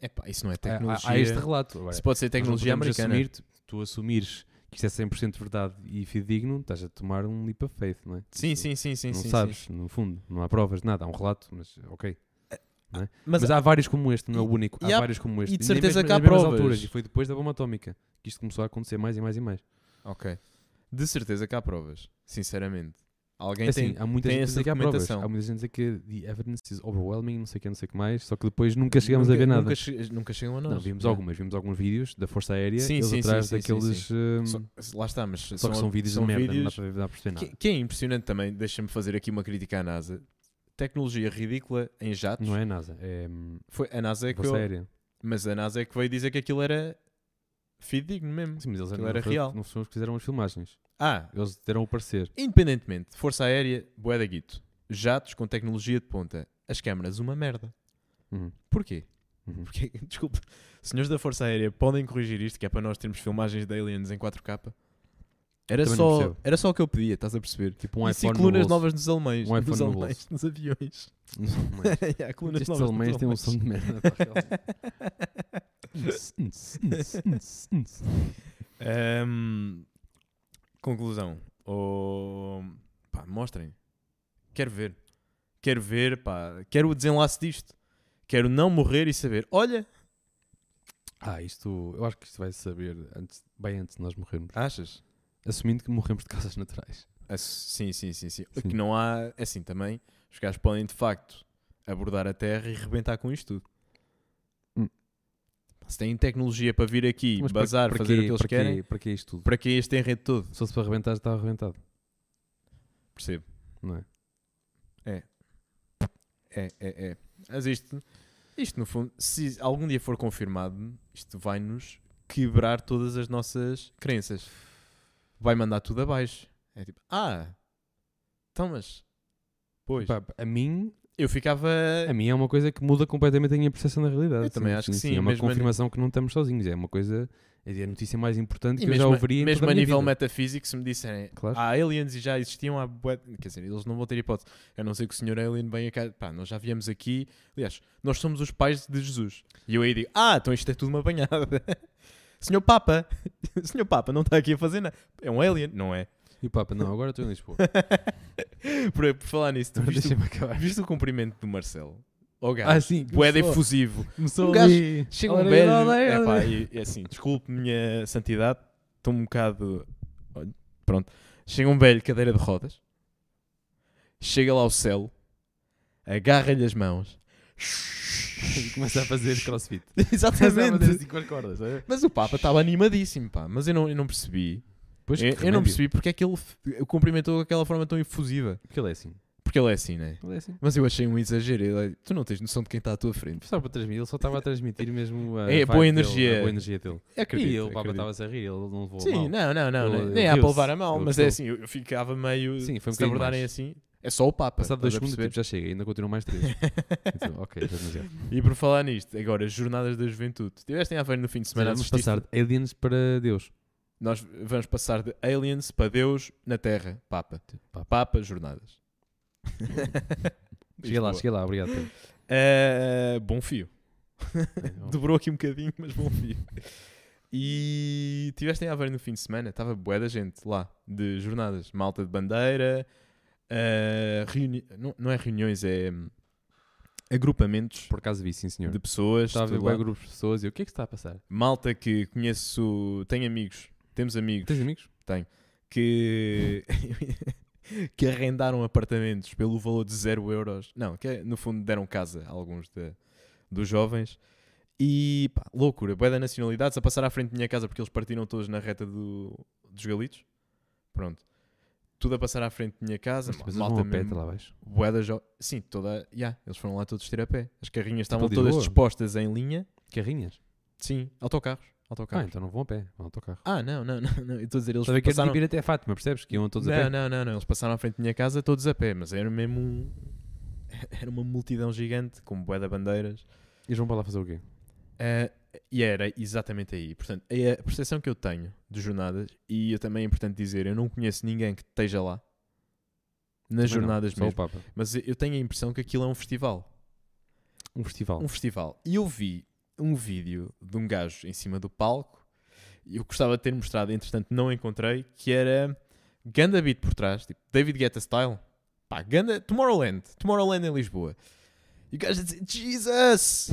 S1: Epá, isso não é
S2: Há- há-
S1: tecnologia.
S2: Há, este relato. Agora,
S1: Isso pode ser tecnologia
S2: nós não podemos
S1: americana.
S2: assumir, tu- tu assumires que isto é 100% verdade e fidedigno, estás a tomar um leap of faith, não é?
S1: Sim,
S2: Isso
S1: sim, sim, sim.
S2: Não
S1: sim,
S2: sabes,
S1: sim.
S2: no fundo. Não há provas de nada. Há um relato, mas ok.
S1: Mas,
S2: Mas, há vários como este, não é o
S1: E-
S2: único.
S1: e
S2: há
S1: há-
S2: vários como este.
S1: e de
S2: Nem
S1: certeza
S2: mesmo-
S1: que há
S2: nas mesmas
S1: provas.
S2: alturas. E foi depois da bomba atómica que isto começou a acontecer mais e mais e mais.
S1: Ok. De certeza que há provas. Sinceramente. Alguém
S2: assim,
S1: tem.
S2: há muita
S1: tem
S2: gente a
S1: essa
S2: dizer que há provas.
S1: documentação.
S2: Há muita gente a dizer que é the evidence is overwhelming, não sei o que, não sei o que mais. Só que depois nunca chegamos a ver nada.
S1: Nunca, che- nunca chegam a nós.
S2: Não, vimos
S1: É.
S2: algumas. Vimos alguns vídeos da Força Aérea.
S1: Sim,
S2: eles
S1: sim,
S2: atrás
S1: sim, sim, sim,
S2: daqueles...
S1: sim.
S2: hum,
S1: Só, lá está, mas
S2: Só que são vídeos de merda,
S1: vídeos
S2: não dá para- dá para perceber nada.
S1: que, que é impressionante também. Deixa-me fazer aqui uma crítica à NASA. Tecnologia ridícula em jatos.
S2: Não é NASA, é hum,
S1: Foi a NASA é que
S2: Força
S1: eu-
S2: Aérea.
S1: Mas a NASA é que veio dizer que aquilo era fidedigno mesmo.
S2: Sim, mas eles
S1: Aquilo
S2: não
S1: era
S2: foi-
S1: real.
S2: Não são os que fizeram as filmagens.
S1: Ah,
S2: Eles deram o parecer.
S1: independentemente, Força Aérea, bué da guito. Jatos com tecnologia de ponta. As câmaras, uma merda.
S2: Uhum,
S1: Porquê?
S2: uhum.
S1: Porque, desculpa, senhores da Força Aérea, podem corrigir isto, que é para nós termos filmagens de aliens em 4K? Era,
S2: Também não
S1: só,
S2: percebo.
S1: era só o que eu pedia, estás a perceber?
S2: Tipo um
S1: e sim,
S2: iPhone.
S1: colunas
S2: no bolso.
S1: novas nos alemães.
S2: Um iPhone
S1: nos
S2: no
S1: alemães, nos aviões.
S2: Mas
S1: E há colunas
S2: é. Estes
S1: novas
S2: alemães
S1: nos
S2: têm um som de merda. pá, é um- realmente.
S1: Ahm, conclusão. Oh, pá, mostrem. Quero ver. Quero ver, pá. Quero o desenlace disto. Quero não morrer e saber. Olha,
S2: ah, isto. Eu acho que isto vai saber antes, bem antes de nós morrermos.
S1: achas?
S2: Assumindo que morremos de causas naturais.
S1: Ah, sim, sim, sim, sim.
S2: Sim.
S1: Que não há. é Assim também, os gajos podem de facto abordar a Terra e rebentar com isto tudo.
S2: Hum.
S1: Se têm tecnologia para vir aqui,
S2: Mas para-
S1: bazar,
S2: para
S1: fazer
S2: quê-
S1: o que eles
S2: para quê-
S1: querem,
S2: Para que isto tudo?
S1: para que este enredo todo?
S2: Se fosse para arrebentar, já estava arrebentado.
S1: Percebo.
S2: Não é?
S1: É, é, é. Mas isto, isto no fundo, se algum dia for confirmado, isto vai-nos quebrar todas as nossas crenças. Vai mandar tudo abaixo. É tipo, ah, então mas... Pois,
S2: Pá, a mim
S1: eu ficava...
S2: A mim é uma coisa que muda completamente a minha percepção da realidade.
S1: Eu também acho que sim,
S2: É uma
S1: mesmo a ni-
S2: confirmação que não estamos sozinhos. É uma coisa. É a notícia mais importante que
S1: E
S2: eu já
S1: mesmo,
S2: ouviria em
S1: mesmo
S2: toda
S1: a
S2: minha
S1: nível
S2: vida.
S1: metafísico, se me disserem
S2: Claro.
S1: há aliens e já existiam há bué- Quer dizer, eles não vão ter hipótese. A não ser que o senhor alien venha cá. Pá, nós já viemos aqui. Aliás, nós somos os pais de Jesus. E eu aí digo, ah, então isto é tudo uma banhada. senhor Papa, senhor Papa não está aqui a fazer nada. É um alien, não é?
S2: E o Papa, não, agora estou em Lisboa.
S1: por, por falar nisso, tu
S2: Então
S1: viste,
S2: Deixa-me acabar.
S1: o, viste o cumprimento do Marcelo? Oh, gajo,
S2: Ah, sim.
S1: bué de
S2: começou-
S1: efusivo.
S2: Começou
S1: Um gajo-
S2: ali.
S1: Chega
S2: Ora,
S1: um belo.
S2: ora, ora,
S1: É pá,
S2: ora.
S1: e, e assim, desculpe, minha santidade, estou um bocado. Olha, pronto. Chega um velho, cadeira de rodas, chega lá o céu, agarra-lhe as mãos.
S2: E Começa a fazer crossfit. Começa a fazer
S1: Exatamente.
S2: assim com as cordas.
S1: Mas o Papa estava animadíssimo, pá. Mas eu não, eu não percebi.
S2: Pois,
S1: eu,
S2: que
S1: eu não
S2: remédio.
S1: percebi porque é que ele f- o cumprimentou daquela forma tão efusiva.
S2: Porque ele é assim.
S1: Porque ele é assim, né?
S2: Ele é assim.
S1: Mas eu achei um exagero. Ele é- tu não tens noção de quem está à tua frente.
S2: Só para transmitir, ele só estava a transmitir mesmo a,
S1: É,
S2: vibe
S1: boa
S2: dele,
S1: energia.
S2: a boa energia dele.
S1: Acredito,
S2: e ele, o Papa
S1: acredito.
S2: estava-se a rir, ele não levou a
S1: Sim,
S2: mal.
S1: não, não, não.
S2: Ele-
S1: nem-
S2: ele
S1: nem há para
S2: riu-se.
S1: levar a mal,
S2: Ele
S1: mas é
S2: gostou.
S1: assim, eu, eu ficava meio.
S2: Sim, foi um
S1: se
S2: bocadinho
S1: abordarem
S2: mais.
S1: assim, é só o Papa.
S2: Passado dois
S1: estás a
S2: segundos, tipo,
S1: perceber?
S2: já chega, ainda continuam mais três. Então, ok, já demasiado.
S1: E por falar nisto, agora, Jornadas da Juventude. Estiveste em Aveiro no fim de semana,
S2: Vamos
S1: assististe-
S2: passar de aliens para Deus.
S1: Nós vamos passar de aliens para Deus na Terra. Papa.
S2: Pá,
S1: Papa, Jornadas.
S2: Cheguei lá,
S1: Lisboa.
S2: cheguei lá, obrigado. Pedro.
S1: Eh, bom fio.
S2: É,
S1: Dobrou aqui um bocadinho, mas bom fio. E estiveste em Aveiro no fim de semana, estava bué da gente lá, de jornadas, malta de bandeira, eh, reuni- não, não é reuniões, é hum, agrupamentos
S2: Por acaso vi, sim senhor.
S1: de pessoas,
S2: Estava a ver
S1: tudo
S2: bué
S1: lá.
S2: grupos de pessoas e eu, o que é que está a passar?
S1: malta que conheço, tenho amigos Temos amigos
S2: Tens amigos?
S1: que, que arrendaram apartamentos pelo valor de zero euros. Não, que é, no fundo deram casa a alguns de- dos jovens. E pá, loucura, bué da nacionalidades a passar à frente da minha casa porque eles partiram todos na reta do, dos galitos. Pronto. Tudo a passar à frente da minha casa.
S2: Mas eles vão
S1: malta
S2: a pé até
S1: mesmo,
S2: lá abaixo.
S1: bué da jo- Sim, toda... yeah, eles foram lá todos ter a pé. As carrinhas estavam
S2: Tipo de
S1: todas
S2: boa.
S1: dispostas em linha.
S2: Carrinhas?
S1: Sim, autocarros.
S2: Ah,
S1: autocarros.
S2: então não vão a pé, vão ao autocarro.
S1: Ah, não, não, não, não. Eu estou a dizer, eles
S2: Estava a querer
S1: passaram...
S2: ir até a Fátima, é percebes? Que iam todos
S1: não,
S2: a pé.
S1: não, não, não. Eles passaram à frente da minha casa todos a pé, mas era mesmo um... Era uma multidão gigante, com bué de bandeiras.
S2: E vão para lá fazer o quê?
S1: Eh, e era exatamente aí. Portanto, é a percepção que eu tenho de jornadas, e eu também é importante dizer, eu não conheço ninguém que esteja lá. Nas
S2: Também não,
S1: jornadas
S2: Só o
S1: mesmo.
S2: Papa.
S1: Mas eu tenho a impressão que aquilo é um festival.
S2: Um festival.
S1: Um festival. E eu vi um vídeo de um gajo em cima do palco. e Eu gostava de ter mostrado, entretanto não encontrei, que era Ganda Beat por trás, tipo David Guetta Style. Pá, Ganda Tomorrowland. Tomorrowland em Lisboa. E o gajo a dizer, Jesus!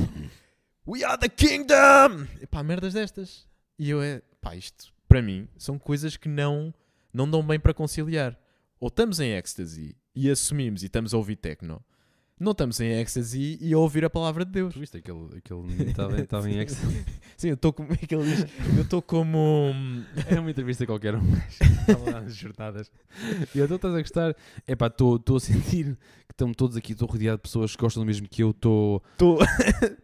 S1: We are the kingdom! E pá, merdas destas. E eu é, pá, isto para mim são coisas que não, não dão bem para conciliar. Ou estamos em ecstasy e assumimos e estamos a ouvir techno. Não estamos em ecstasy e a ouvir a palavra de Deus.
S2: Tu viste aquele, aquele menino estava estava em ex.
S1: Sim, eu estou como. é que ele diz? Eu estou como. hum,
S2: Era uma entrevista qualquer, um gajo estava lá nas jornadas. E eu, então estás a gostar? É pá, estou a sentir que estão todos aqui, estou rodeado de pessoas que gostam do mesmo que eu, estou.
S1: Estou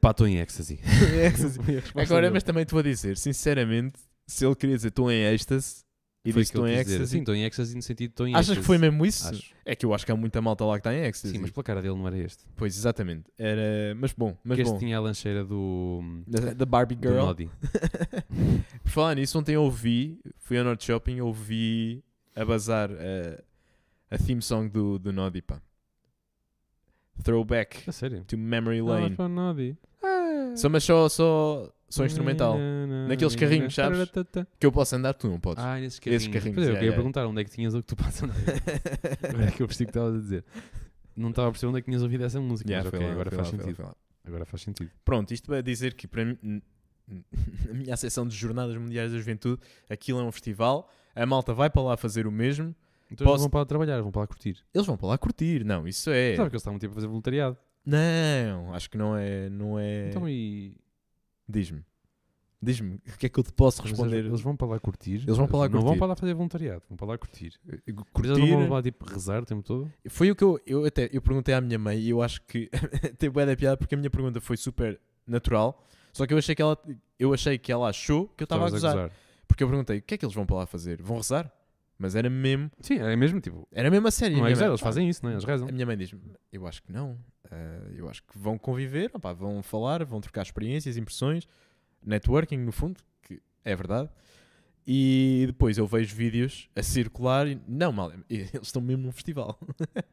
S2: Pá, estou em ecstasy.
S1: em ecstasy.
S2: Foi a resposta
S1: Agora,
S2: dele.
S1: mas também te vou dizer, sinceramente, se ele queria dizer estou em êxtase e
S2: Foi
S1: disse
S2: o
S1: estou
S2: que
S1: em
S2: eu quis dizer. Sim,
S1: ecstasy,
S2: estou em ecstasy no sentido estou em
S1: achas que foi
S2: ecstasy.
S1: mesmo isso?
S2: Acho.
S1: É que eu acho que há muita malta lá que está em ecstasy.
S2: Sim, mas pela cara dele não era este.
S1: Pois, exatamente. Era... Mas bom, mas
S2: Porque este
S1: bom.
S2: tinha a lancheira do.
S1: Da, da Barbie
S2: do
S1: Girl.
S2: Noddy.
S1: Por falar nisso, ontem eu ouvi, fui ao Norte Shopping, ouvi a bazar eh, a theme song do, do Noddy, pá. Throwback
S2: A sério.
S1: to tipo, Memory
S2: Ah,
S1: Lane.
S2: foi o Noddy. Ah.
S1: Só, mas só, só, só
S2: Hum,
S1: instrumental. Naqueles carrinhos, sabes? Que eu posso andar, tu não podes.
S2: Ah, nesses carrinhos.
S1: Esses carrinhos,
S2: Pois é, eu
S1: já,
S2: queria
S1: já.
S2: perguntar onde é que tinhas o que tu passas. Agora é que eu percebi o que estavas a dizer. Não estava a perceber onde é que tinhas ouvido essa música.
S1: Yeah,
S2: mas
S1: foi
S2: ok,
S1: lá,
S2: agora
S1: foi
S2: faz
S1: lá, foi lá,
S2: sentido.
S1: foi lá.
S2: Agora faz sentido.
S1: Pronto, isto para dizer que para mim, n- n- na minha seção de Jornadas Mundiais da Juventude, aquilo é um festival, a malta vai para lá fazer o mesmo,
S2: Então eles
S1: Posso-
S2: vão para lá trabalhar, vão para lá curtir.
S1: eles vão para lá curtir, não, isso é.
S2: Sabe que eles estavam tipo a fazer voluntariado.
S1: Não, acho que não é. Não é...
S2: Então e.
S1: Diz-me. Diz-me, o que é que eu te posso
S2: mas
S1: responder?
S2: Eles vão para lá curtir.
S1: Eles vão para lá
S2: Não vão
S1: curtir. Eh,
S2: para lá fazer voluntariado, vão para lá curtir. Mas eles
S1: Curtir,
S2: não vão lá tipo rezar o tempo todo.
S1: Foi o que eu, eu até eu perguntei à minha mãe e eu acho que tem bué da piada porque a minha pergunta foi super natural, só que eu achei que ela eu achei que ela achou que eu estava a
S2: Estavas
S1: gozar, porque eu perguntei, o que é que eles vão para lá fazer? Vão rezar? Mas era mesmo,
S2: Sim, é mesmo tipo.
S1: era mesmo a sério. E a
S2: Não é
S1: minha
S2: gozar,
S1: mãe,
S2: eles fazem isso, não é? Eles rezam.
S1: A minha mãe diz-me, eu acho que não. Ah, eu acho que vão conviver, opá, vão falar, vão trocar experiências, impressões, networking no fundo, que é verdade. E depois eu vejo vídeos a circular e não, mal, eles estão mesmo num festival.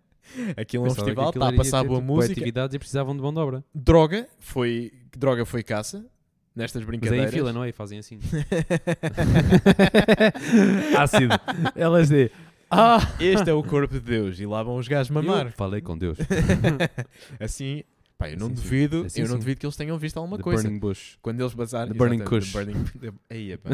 S1: Aquilo é um
S2: Pensava que
S1: festival,
S2: aquilo
S1: está a
S2: era- ia
S1: passar
S2: ter,
S1: boa
S2: tipo,
S1: música.
S2: atividades e precisavam de mão de obra.
S1: Droga, foi, droga foi caça nestas
S2: Mas é
S1: brincadeiras.
S2: em fila, não é? E fazem assim. Ácido. LSD.
S1: Ah, este é o corpo de Deus e lá vão os gajos mamar. É
S2: Eu falei com Deus.
S1: assim, pá, eu não
S2: Assim sim.
S1: duvido,
S2: Assim
S1: eu não
S2: sim.
S1: duvido que eles tenham visto alguma
S2: The
S1: coisa.
S2: Burning Bush.
S1: Quando eles basarem.
S2: The Burning
S1: exatamente,
S2: Kush.
S1: The Burning... Aí, é pá.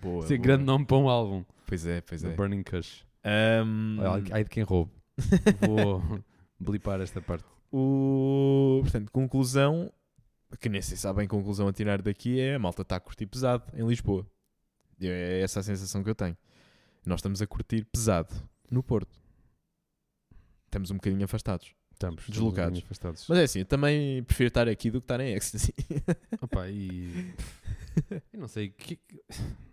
S1: Boa.
S2: Isso é
S1: boa.
S2: grande nome para um álbum.
S1: Pois é, pois
S2: The
S1: é. Hum.
S2: Burning Cush.
S1: Ahm,
S2: Ai de quem roube. Vou blipar esta parte.
S1: o... Portanto, conclusão. Que nem sei se há bem conclusão a tirar daqui é a malta está a curtir pesado em Lisboa. E É essa a sensação que eu tenho. Nós estamos a curtir pesado no Porto. Estamos um bocadinho afastados.
S2: Estamos
S1: Deslocados.
S2: estamos Afastados.
S1: Mas é assim, eu também prefiro estar aqui do que estar em ecstasy.
S2: Opa, e. Eu não sei. que-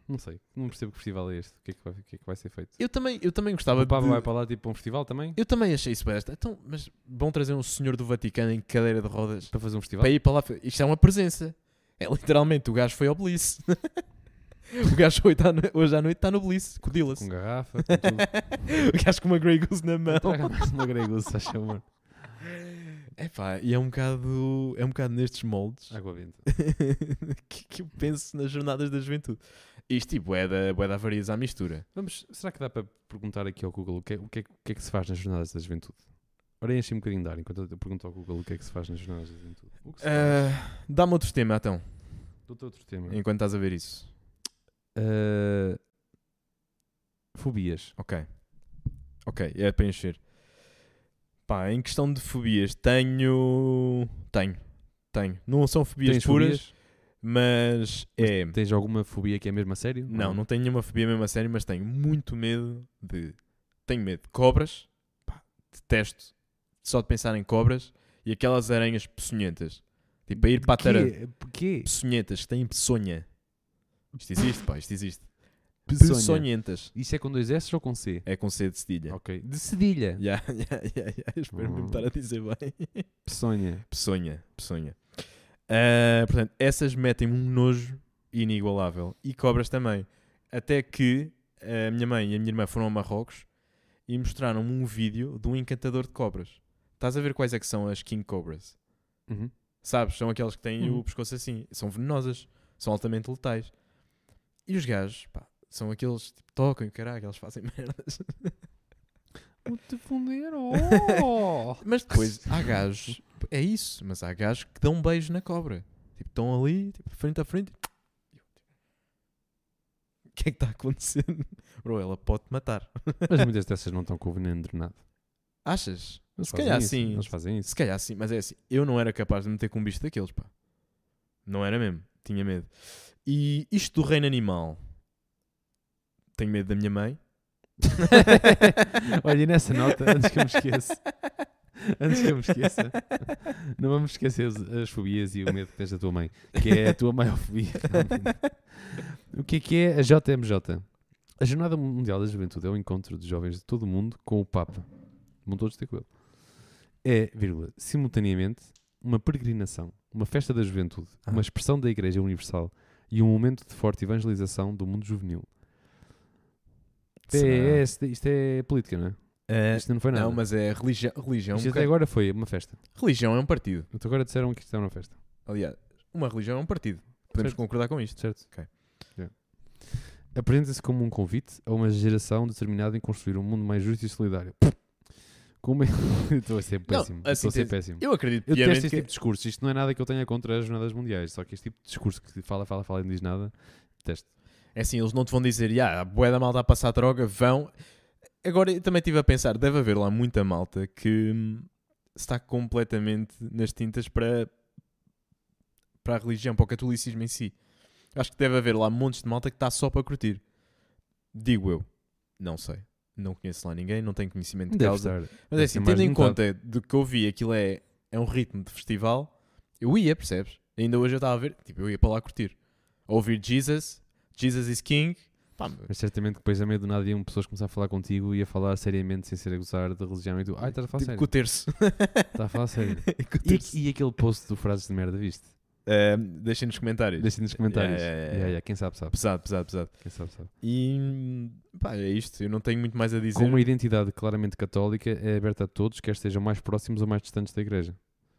S2: Não sei. Não percebo que festival é este. O que é que vai, o que é que vai ser feito?
S1: Eu também, eu também gostava
S2: O Papa
S1: de...
S2: vai para lá tipo para um festival também?
S1: Eu também achei isso besta. Então, mas vão trazer um senhor do Vaticano em cadeira de rodas
S2: Para fazer um festival?
S1: para ir para lá. Isto é uma presença. É literalmente, o gajo foi ao Bliss. o gajo hoje, está no- hoje à noite está no Bliss, com o Dillas.
S2: Com garrafa, com tudo. Então,
S1: O gajo com uma Grey Goose na mão.
S2: Traga mais uma greguça, faz favor.
S1: Epá, e é um bocado, é um bocado nestes moldes
S2: Água benta.
S1: que, que eu penso nas jornadas da juventude. Isto tipo, é da, é da avarias à mistura.
S2: Vamos, será que dá para perguntar aqui ao Google o que, é- o que, é, que- o que é que se faz nas jornadas da juventude? Ora, enche um bocadinho de ar enquanto eu pergunto ao Google o que é que se faz nas jornadas da juventude. O que se faz?
S1: Ah, Dá-me outro tema, então,
S2: Outro, outro tema.
S1: enquanto estás a ver isso.
S2: Ah, fobias.
S1: Ok. Ok, é para encher. Pá, em questão de fobias, tenho. Tenho. Tenho. Não são fobias
S2: Tens
S1: puras,
S2: fobias?
S1: mas é.
S2: Tens alguma fobia que é mesmo a sério?
S1: Não, não tenho nenhuma fobia mesmo a sério, mas tenho muito medo de. Tenho medo de cobras. Pá, detesto só de pensar em cobras e aquelas aranhas peçonhentas. Tipo, a ir para a tarefa.
S2: Quê? Porquê?
S1: Peçonhentas, que têm peçonha. Isto existe, pá, isto existe.
S2: Peçonha.
S1: Peçonhentas.
S2: Isso é com dois S ou com C?
S1: É com C de cedilha.
S2: Ok. De cedilha.
S1: Ya, ya, ya, ya, Espero mesmo
S2: Hum.
S1: estar a dizer bem.
S2: Peçonha.
S1: Peçonha, peçonha. Ah, portanto, essas metem-me um nojo inigualável. E cobras também. Até que a minha mãe e a minha irmã foram a Marrocos e mostraram-me um vídeo de um encantador de cobras. Estás a ver quais é que são as King Cobras?
S2: Uhum.
S1: Sabes? São aqueles que têm
S2: Uhum.
S1: o pescoço assim. São venenosas. São altamente letais. E os gajos, pá, são aqueles que tocam e caralho, eles fazem merdas.
S2: Te funder, oh!
S1: Mas depois há gajos, é isso, mas há gajos que dão um beijo na cobra. Tipo, estão ali, tipo, frente a frente. O que é que está acontecendo? Bro, ela pode te matar.
S2: Mas muitas dessas não estão com o veneno drenado.
S1: Achas?
S2: Eles
S1: Se
S2: fazem
S1: calhar
S2: isso,
S1: sim.
S2: Eles fazem isso.
S1: Se calhar sim, mas é assim. Eu não era capaz de meter com um bicho daqueles, pá. Não era mesmo. Tinha medo. E isto do reino animal. Tenho medo da minha mãe.
S2: Olha, e nessa nota, antes que eu me esqueça, antes que eu me esqueça, não vamos esquecer as, as fobias e o medo que tens da tua mãe, que é a tua maior fobia. realmente. O que é que é a JMJ? A Jornada Mundial da Juventude é o encontro de jovens de todo o mundo com o Papa. Vão todos ter com ele. É, vírgula, simultaneamente, uma peregrinação, uma festa da juventude,
S1: Ah.
S2: uma expressão da Igreja Universal e um momento de forte evangelização do mundo juvenil.
S1: Será?
S2: PS, isto é política, não é?
S1: Ah,
S2: Isto não foi nada.
S1: não, mas é religião. Religião, é um
S2: Isto até
S1: bocado-
S2: agora foi uma festa.
S1: religião é um partido.
S2: Então agora disseram que isto era uma festa,
S1: Aliás, uma religião é um partido. Podemos
S2: Certo.
S1: concordar com isto.
S2: certo?
S1: Ok.
S2: Yeah. Apresenta-se como um convite a uma geração determinada em construir um mundo mais justo e solidário. Como é Estou a ser péssimo.
S1: assim,
S2: Estou a ser
S1: tens-
S2: péssimo.
S1: Eu acredito
S2: Eu detesto
S1: piamente
S2: este
S1: que...
S2: tipo de discursos. Isto não é nada que eu tenha contra as jornadas mundiais. Só que este tipo de discurso que fala, fala, fala e não diz nada. Detesto.
S1: É assim, eles não te vão dizer, "Ya, a bué da malta a passar droga, vão. Agora, eu também estive a pensar, deve haver lá muita malta que hum, está completamente nas tintas para, para a religião, para o catolicismo em si. Acho que deve haver lá montes de malta que está só para curtir. Digo eu. Não sei. Não conheço lá ninguém, não tenho conhecimento de
S2: Deve
S1: causa.
S2: estar.
S1: Mas
S2: Deve
S1: é
S2: ser
S1: assim,
S2: mais
S1: tendo em
S2: limitado.
S1: conta do que eu vi, aquilo é, é um ritmo de festival, eu ia, percebes? Ainda hoje eu estava a ver, tipo, eu ia para lá curtir. A Ouvir Jesus, Jesus is King. Pá,
S2: Mas certamente que depois a meio do nada iam pessoas começar a falar contigo e a falar seriamente sem ser a gozar da religião e tu, ai, estás a falar
S1: tipo,
S2: sério.
S1: com o terço.
S2: Estás a falar sério.
S1: E- e-
S2: E, e aquele post do frases de merda, viste?
S1: Ahm, Deixem nos comentários.
S2: Deixem nos comentários.
S1: Yeah, yeah, yeah.
S2: Yeah, yeah, Quem sabe, sabe.
S1: Pesado, pesado, pesado.
S2: Quem sabe, sabe.
S1: E pá, é isto. Eu não tenho muito mais a dizer.
S2: Com uma identidade claramente católica, é aberta a todos, quer estejam mais próximos ou mais distantes da igreja. Ou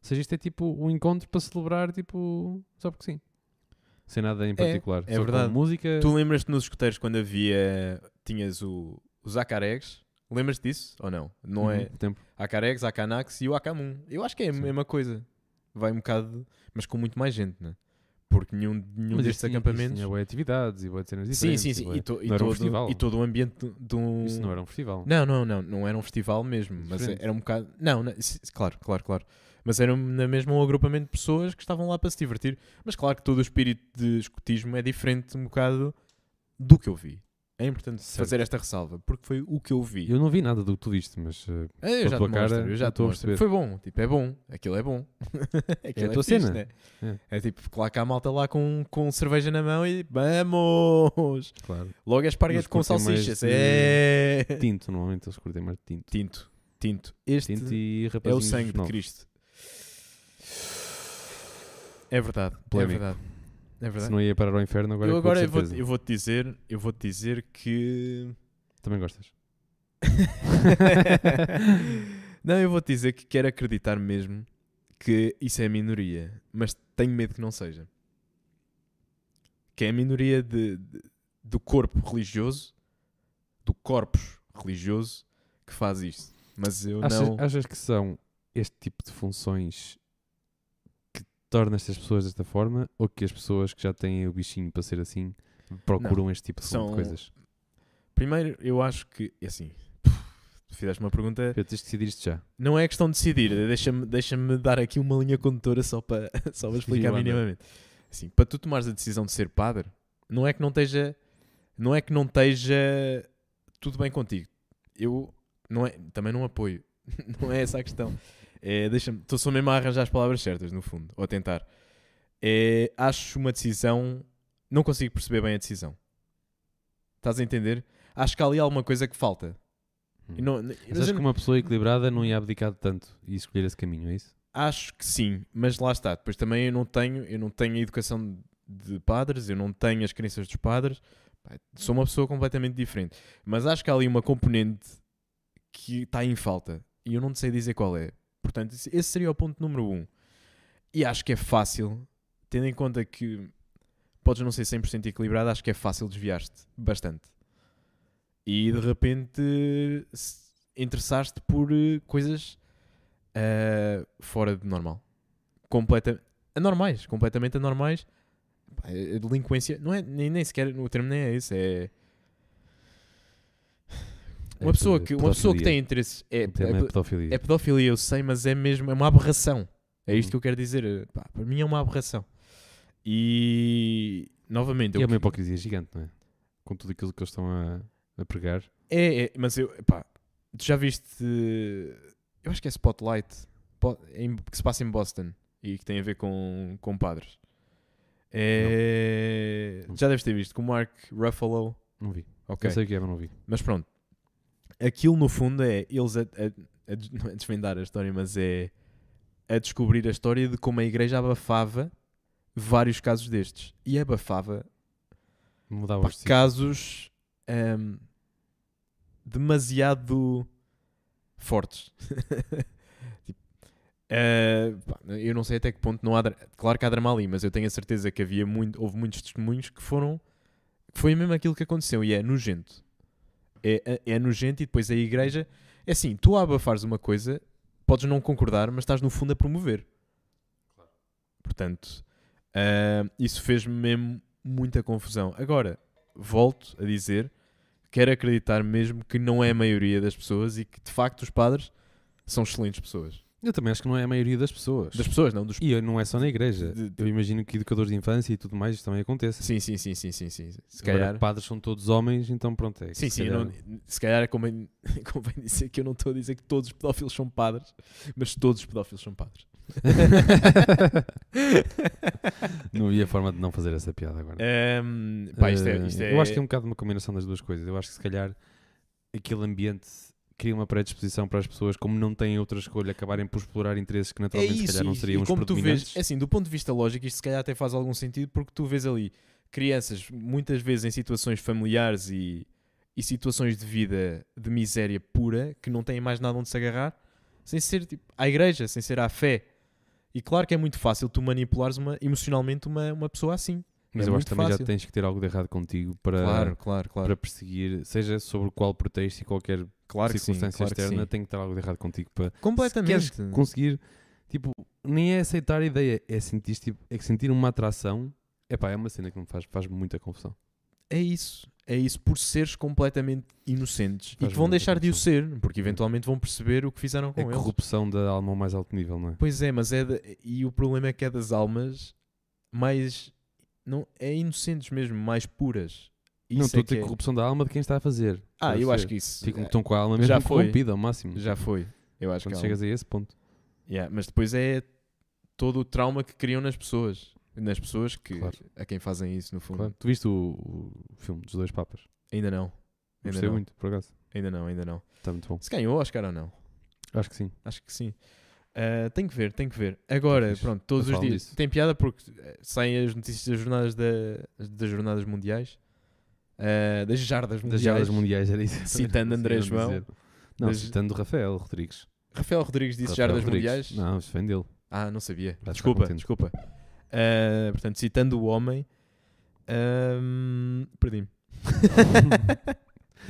S2: seja, isto é tipo um encontro para celebrar, tipo, só porque sim. Sem nada em particular.
S1: é
S2: Só com
S1: verdade.
S2: música.
S1: Tu lembras-te nos escuteiros quando havia. Tinhas o, os Acaregs? Lembras-te disso ou não? Não
S2: Uhum,
S1: é.
S2: o tempo.
S1: Acarex, Akanax e o Akamun. Eu acho que é a
S2: Sim.
S1: mesma coisa. Vai um bocado, mas com muito mais gente, né? Porque nenhum, nenhum
S2: Mas
S1: destes
S2: isto tinha- isto
S1: acampamentos.
S2: Tinha bué de atividades e boas cenas
S1: Sim,
S2: diferentes.
S1: sim, sim.
S2: bué-
S1: E, to- e
S2: não era um
S1: todo,
S2: festival.
S1: e todo o ambiente de- de um.
S2: Isso não era um festival.
S1: Não, não, não. Não era um festival mesmo. Mas
S2: Diferente.
S1: era um bocado. Não, não, s- claro, claro, claro. Mas era um- na mesma um agrupamento de pessoas que estavam lá para se divertir. Mas claro que todo o espírito de escotismo é diferente um bocado do que eu vi. É importante
S2: Certo.
S1: fazer esta ressalva, porque foi o que eu vi.
S2: Eu não vi nada do que tu viste, mas eh,
S1: É, eu
S2: Pela
S1: já
S2: tua
S1: te mostro,
S2: cara,
S1: eu já
S2: eu
S1: te
S2: estou a
S1: mostro.
S2: perceber.
S1: Foi bom, tipo, é bom, aquilo é bom. Aquilo
S2: a tua
S1: fixe,
S2: cena.
S1: né? É. tipo, claro que há malta lá com, com cerveja na mão e vamos!
S2: claro.
S1: Logo é esparguete
S2: Mas
S1: com
S2: curtem mais
S1: salsichas.
S2: de-
S1: É!
S2: Tinto, normalmente eles curtem mais de tinto.
S1: Tinto, tinto. Este
S2: Tinto e
S1: é o
S2: rapazinhos
S1: sangue de
S2: novos.
S1: Cristo. É verdade,
S2: Polémico.
S1: é verdade. É
S2: Se
S1: verdade.
S2: não ia parar ao inferno, agora
S1: eu
S2: é com
S1: agora eu vou,
S2: certeza.
S1: eu vou te dizer, eu vou te dizer que
S2: Também gostas.
S1: não, eu vou te dizer que quero acreditar mesmo que isso é a minoria, mas tenho medo que não seja. Que é a minoria de, de- do corpo religioso, do corpus religioso que faz isto. Mas eu
S2: Achas,
S1: não.
S2: achas que são este tipo de funções que torna estas pessoas desta forma ou que as pessoas que já têm o bichinho para ser assim procuram este tipo de,
S1: São- eh,
S2: coisas?
S1: Primeiro, eu acho que, é assim, tu fizeste uma pergunta,
S2: Pedro, tens de decidir isto já.
S1: não é questão de decidir, deixa-me deixa dar aqui uma linha condutora só para, só para explicar
S2: Sim, manda.
S1: minimamente. Assim, para tu tomares a decisão de ser padre, não é que não esteja, não é que não esteja tudo bem contigo. Eu não é, também não apoio, não é essa a questão. É, deixa-me, estou só mesmo a arranjar as palavras certas, no fundo, ou a tentar. É, acho uma decisão, não consigo perceber bem a decisão. Estás a entender? Acho que há ali alguma coisa que falta. E não-
S2: Hum. Mas
S1: mas
S2: acho
S1: eu
S2: que uma pessoa equilibrada não ia abdicar de tanto e escolher esse caminho, é isso?
S1: Acho que sim, mas lá está. Depois também eu não tenho, eu não tenho a educação de padres, eu não tenho as crenças dos padres. Pá, Sou uma pessoa completamente diferente. Mas acho que há ali uma componente que está em falta e eu não sei dizer qual é. Portanto, esse esse seria o ponto número um. E acho que é fácil, tendo em conta que podes não ser 100% equilibrado, acho que é fácil desviar-te bastante. E de repente se- interessaste por eh, coisas eh, fora de normal. Completa anormais, completamente anormais. Pá, A a delinquência, não é, nem, nem sequer, o termo nem é isso, é... Uma
S2: É
S1: pessoa
S2: ped-
S1: que, uma pessoa que
S2: pedofilia.
S1: tem interesses... É,
S2: O termo
S1: é-
S2: é pedofilia.
S1: é pedofilia, eu sei, mas é mesmo, é uma aberração. É isto
S2: Uhum.
S1: que eu quero dizer. eh, pá, para mim é uma aberração. E novamente
S2: E
S1: eu
S2: é uma hipocrisia gigante, não é? Com tudo aquilo que eles estão a, a pregar.
S1: É, é, mas eu, pá, tu já viste, eh, eu acho que é Spotlight, po- em- que se passa em Boston e que tem a ver com, com padres. É,
S2: Não.
S1: Já deves ter visto, com o Mark Ruffalo.
S2: Não vi.
S1: Ok.
S2: Eu sei o que é, mas não vi.
S1: Mas pronto, aquilo no fundo é eles a, a- a des- não é desvendar a história, mas é a descobrir a história de como a igreja abafava vários casos destes. E abafava
S2: Mudava
S1: pá,
S2: os sítios.
S1: casos ahm, demasiado fortes. Tipo, ah, pá, eu não sei até que ponto não há. dra- Claro que há drama ali, mas eu tenho a certeza que havia muito, houve muitos testemunhos que foram. que foi mesmo aquilo que aconteceu e é nojento. É, é nojento e depois a igreja. É assim, tu a abafares uma coisa, podes não concordar, mas estás no fundo a promover. Portanto, ah, isso fez-me mesmo muita confusão. Agora, volto a dizer, quero acreditar mesmo que não é a maioria das pessoas e que de facto os padres são excelentes pessoas.
S2: Eu também acho que não é a maioria das pessoas.
S1: Das pessoas, não dos.
S2: E eu- não é só na igreja.
S1: De- de-
S2: Eu imagino que educadores de infância e tudo mais isso também acontece.
S1: Sim, sim, sim, sim, sim, sim. Se
S2: Agora,
S1: calhar.
S2: padres são todos homens, então pronto. É, que
S1: Sim,
S2: se
S1: sim, eu
S2: calhar-
S1: não- se calhar é convém, convém dizer que eu não estou a dizer que todos os pedófilos são padres, mas todos os pedófilos são padres.
S2: não... havia forma de não fazer essa piada agora.
S1: Ahm, pá, isto é, isto
S2: Eh,
S1: é-
S2: Eu acho que é um bocado uma combinação das duas coisas. Eu acho que se calhar aquele ambiente cria uma predisposição para as pessoas, como não têm outra escolha, acabarem por explorar interesses que
S1: É
S2: naturalmente se
S1: isso,
S2: calhar não
S1: e-
S2: seriam
S1: e
S2: os
S1: como tu vês,
S2: predominantes.
S1: é assim, do ponto de vista lógico, isto se calhar até faz algum sentido porque tu vês ali crianças muitas vezes em situações familiares e, e situações de vida de miséria pura que não têm mais nada onde se agarrar, sem ser tipo, à igreja, sem ser à fé. E claro que é muito fácil tu manipulares uma, emocionalmente uma, uma pessoa assim.
S2: Mas
S1: é
S2: eu acho
S1: muito
S2: que também já
S1: fácil.
S2: tens que ter algo de errado contigo para,
S1: claro,
S2: para perseguir, seja sobre qual pretexto e qualquer
S1: Claro que sim,
S2: circunstância
S1: claro que
S2: externa,
S1: sim.
S2: tem que estar algo de errado contigo para
S1: Completamente.
S2: Se queres conseguir, tipo, nem é aceitar a ideia, é sentir, tipo, é que sentir uma atração. Epá, é uma cena que me faz, faz muita confusão.
S1: É isso. É isso por seres completamente inocentes. e
S2: Faz
S1: que vão
S2: muita
S1: deixar de o
S2: confusão.
S1: ser, porque eventualmente vão perceber o que fizeram com
S2: É
S1: eles.
S2: corrupção da alma ao mais alto nível, não é?
S1: Pois é, mas é. da- E o problema é que é das almas mais. Não, é inocentes mesmo, mais puras.
S2: não,
S1: Isso é
S2: estou a ter
S1: que é-
S2: corrupção da alma de quem está a fazer.
S1: Ah, eu acho
S2: Estás a
S1: que isso.
S2: ver? Ficam, estão com a alma mesmo
S1: Já foi.
S2: corrompida ao máximo.
S1: Já foi. Eu acho
S2: Quando
S1: que há
S2: chegas a esse ponto.
S1: um- Yeah, Mas depois é todo o trauma que criam nas pessoas. Nas pessoas que.
S2: Claro.
S1: A quem fazem isso, no fundo.
S2: Claro. Tu viste o, o filme dos dois papas?
S1: Ainda não. Ainda
S2: Gostei
S1: não.
S2: muito, por acaso.
S1: Ainda não, ainda não.
S2: Está muito bom.
S1: Se ganhou o Oscar ou não?
S2: Acho que sim.
S1: Acho que sim. Ah, tem que ver, tem que ver. Agora,
S2: fixe.
S1: pronto, todos
S2: Eu
S1: os
S2: falo
S1: dias.
S2: disso.
S1: Tem piada porque eh, saem as notícias das jornadas, da- das jornadas mundiais. Ah, das jardas
S2: Das
S1: mundiais.
S2: jardas mundiais era isso.
S1: Citando André
S2: Não sei
S1: João.
S2: dizer. Não,
S1: Das-
S2: citando Rafael Rodrigues.
S1: Rafael Rodrigues disse
S2: Rafael
S1: jardas
S2: Rodrigues.
S1: mundiais.
S2: Não, isso vem dele.
S1: Ah, não sabia.
S2: ficar
S1: desculpa,
S2: contente.
S1: desculpa. Ah, portanto, citando o homem, ahm, perdi-me.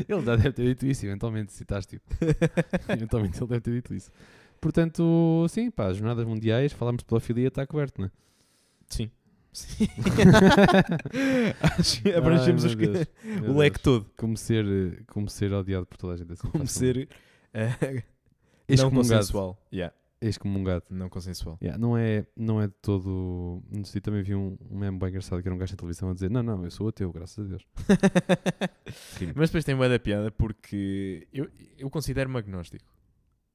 S2: Ele já deve ter dito isso, eventualmente citaste-o. eventualmente ele deve ter dito isso. né? Portanto, sim, pá, as jornadas mundiais, falámos de pedofilia, está coberto, não é?
S1: Sim. Acho que abrangemos
S2: Ai,
S1: os
S2: meu
S1: que-
S2: Deus, meu
S1: o leque
S2: Deus.
S1: todo.
S2: Como ser, eh, como ser odiado por toda a gente. assim,
S1: Como
S2: faz
S1: ser eh, não
S2: Excomungado.
S1: consensual. Yeah,
S2: Excomungado.
S1: não consensual.
S2: Yeah, não, é, não é de todo. No sítio também vi um, um meme bem engraçado que era um gajo da televisão a dizer: Não, não, eu sou ateu, graças a Deus. Sim.
S1: Mas depois tem bué da piada porque eu, eu considero-me agnóstico.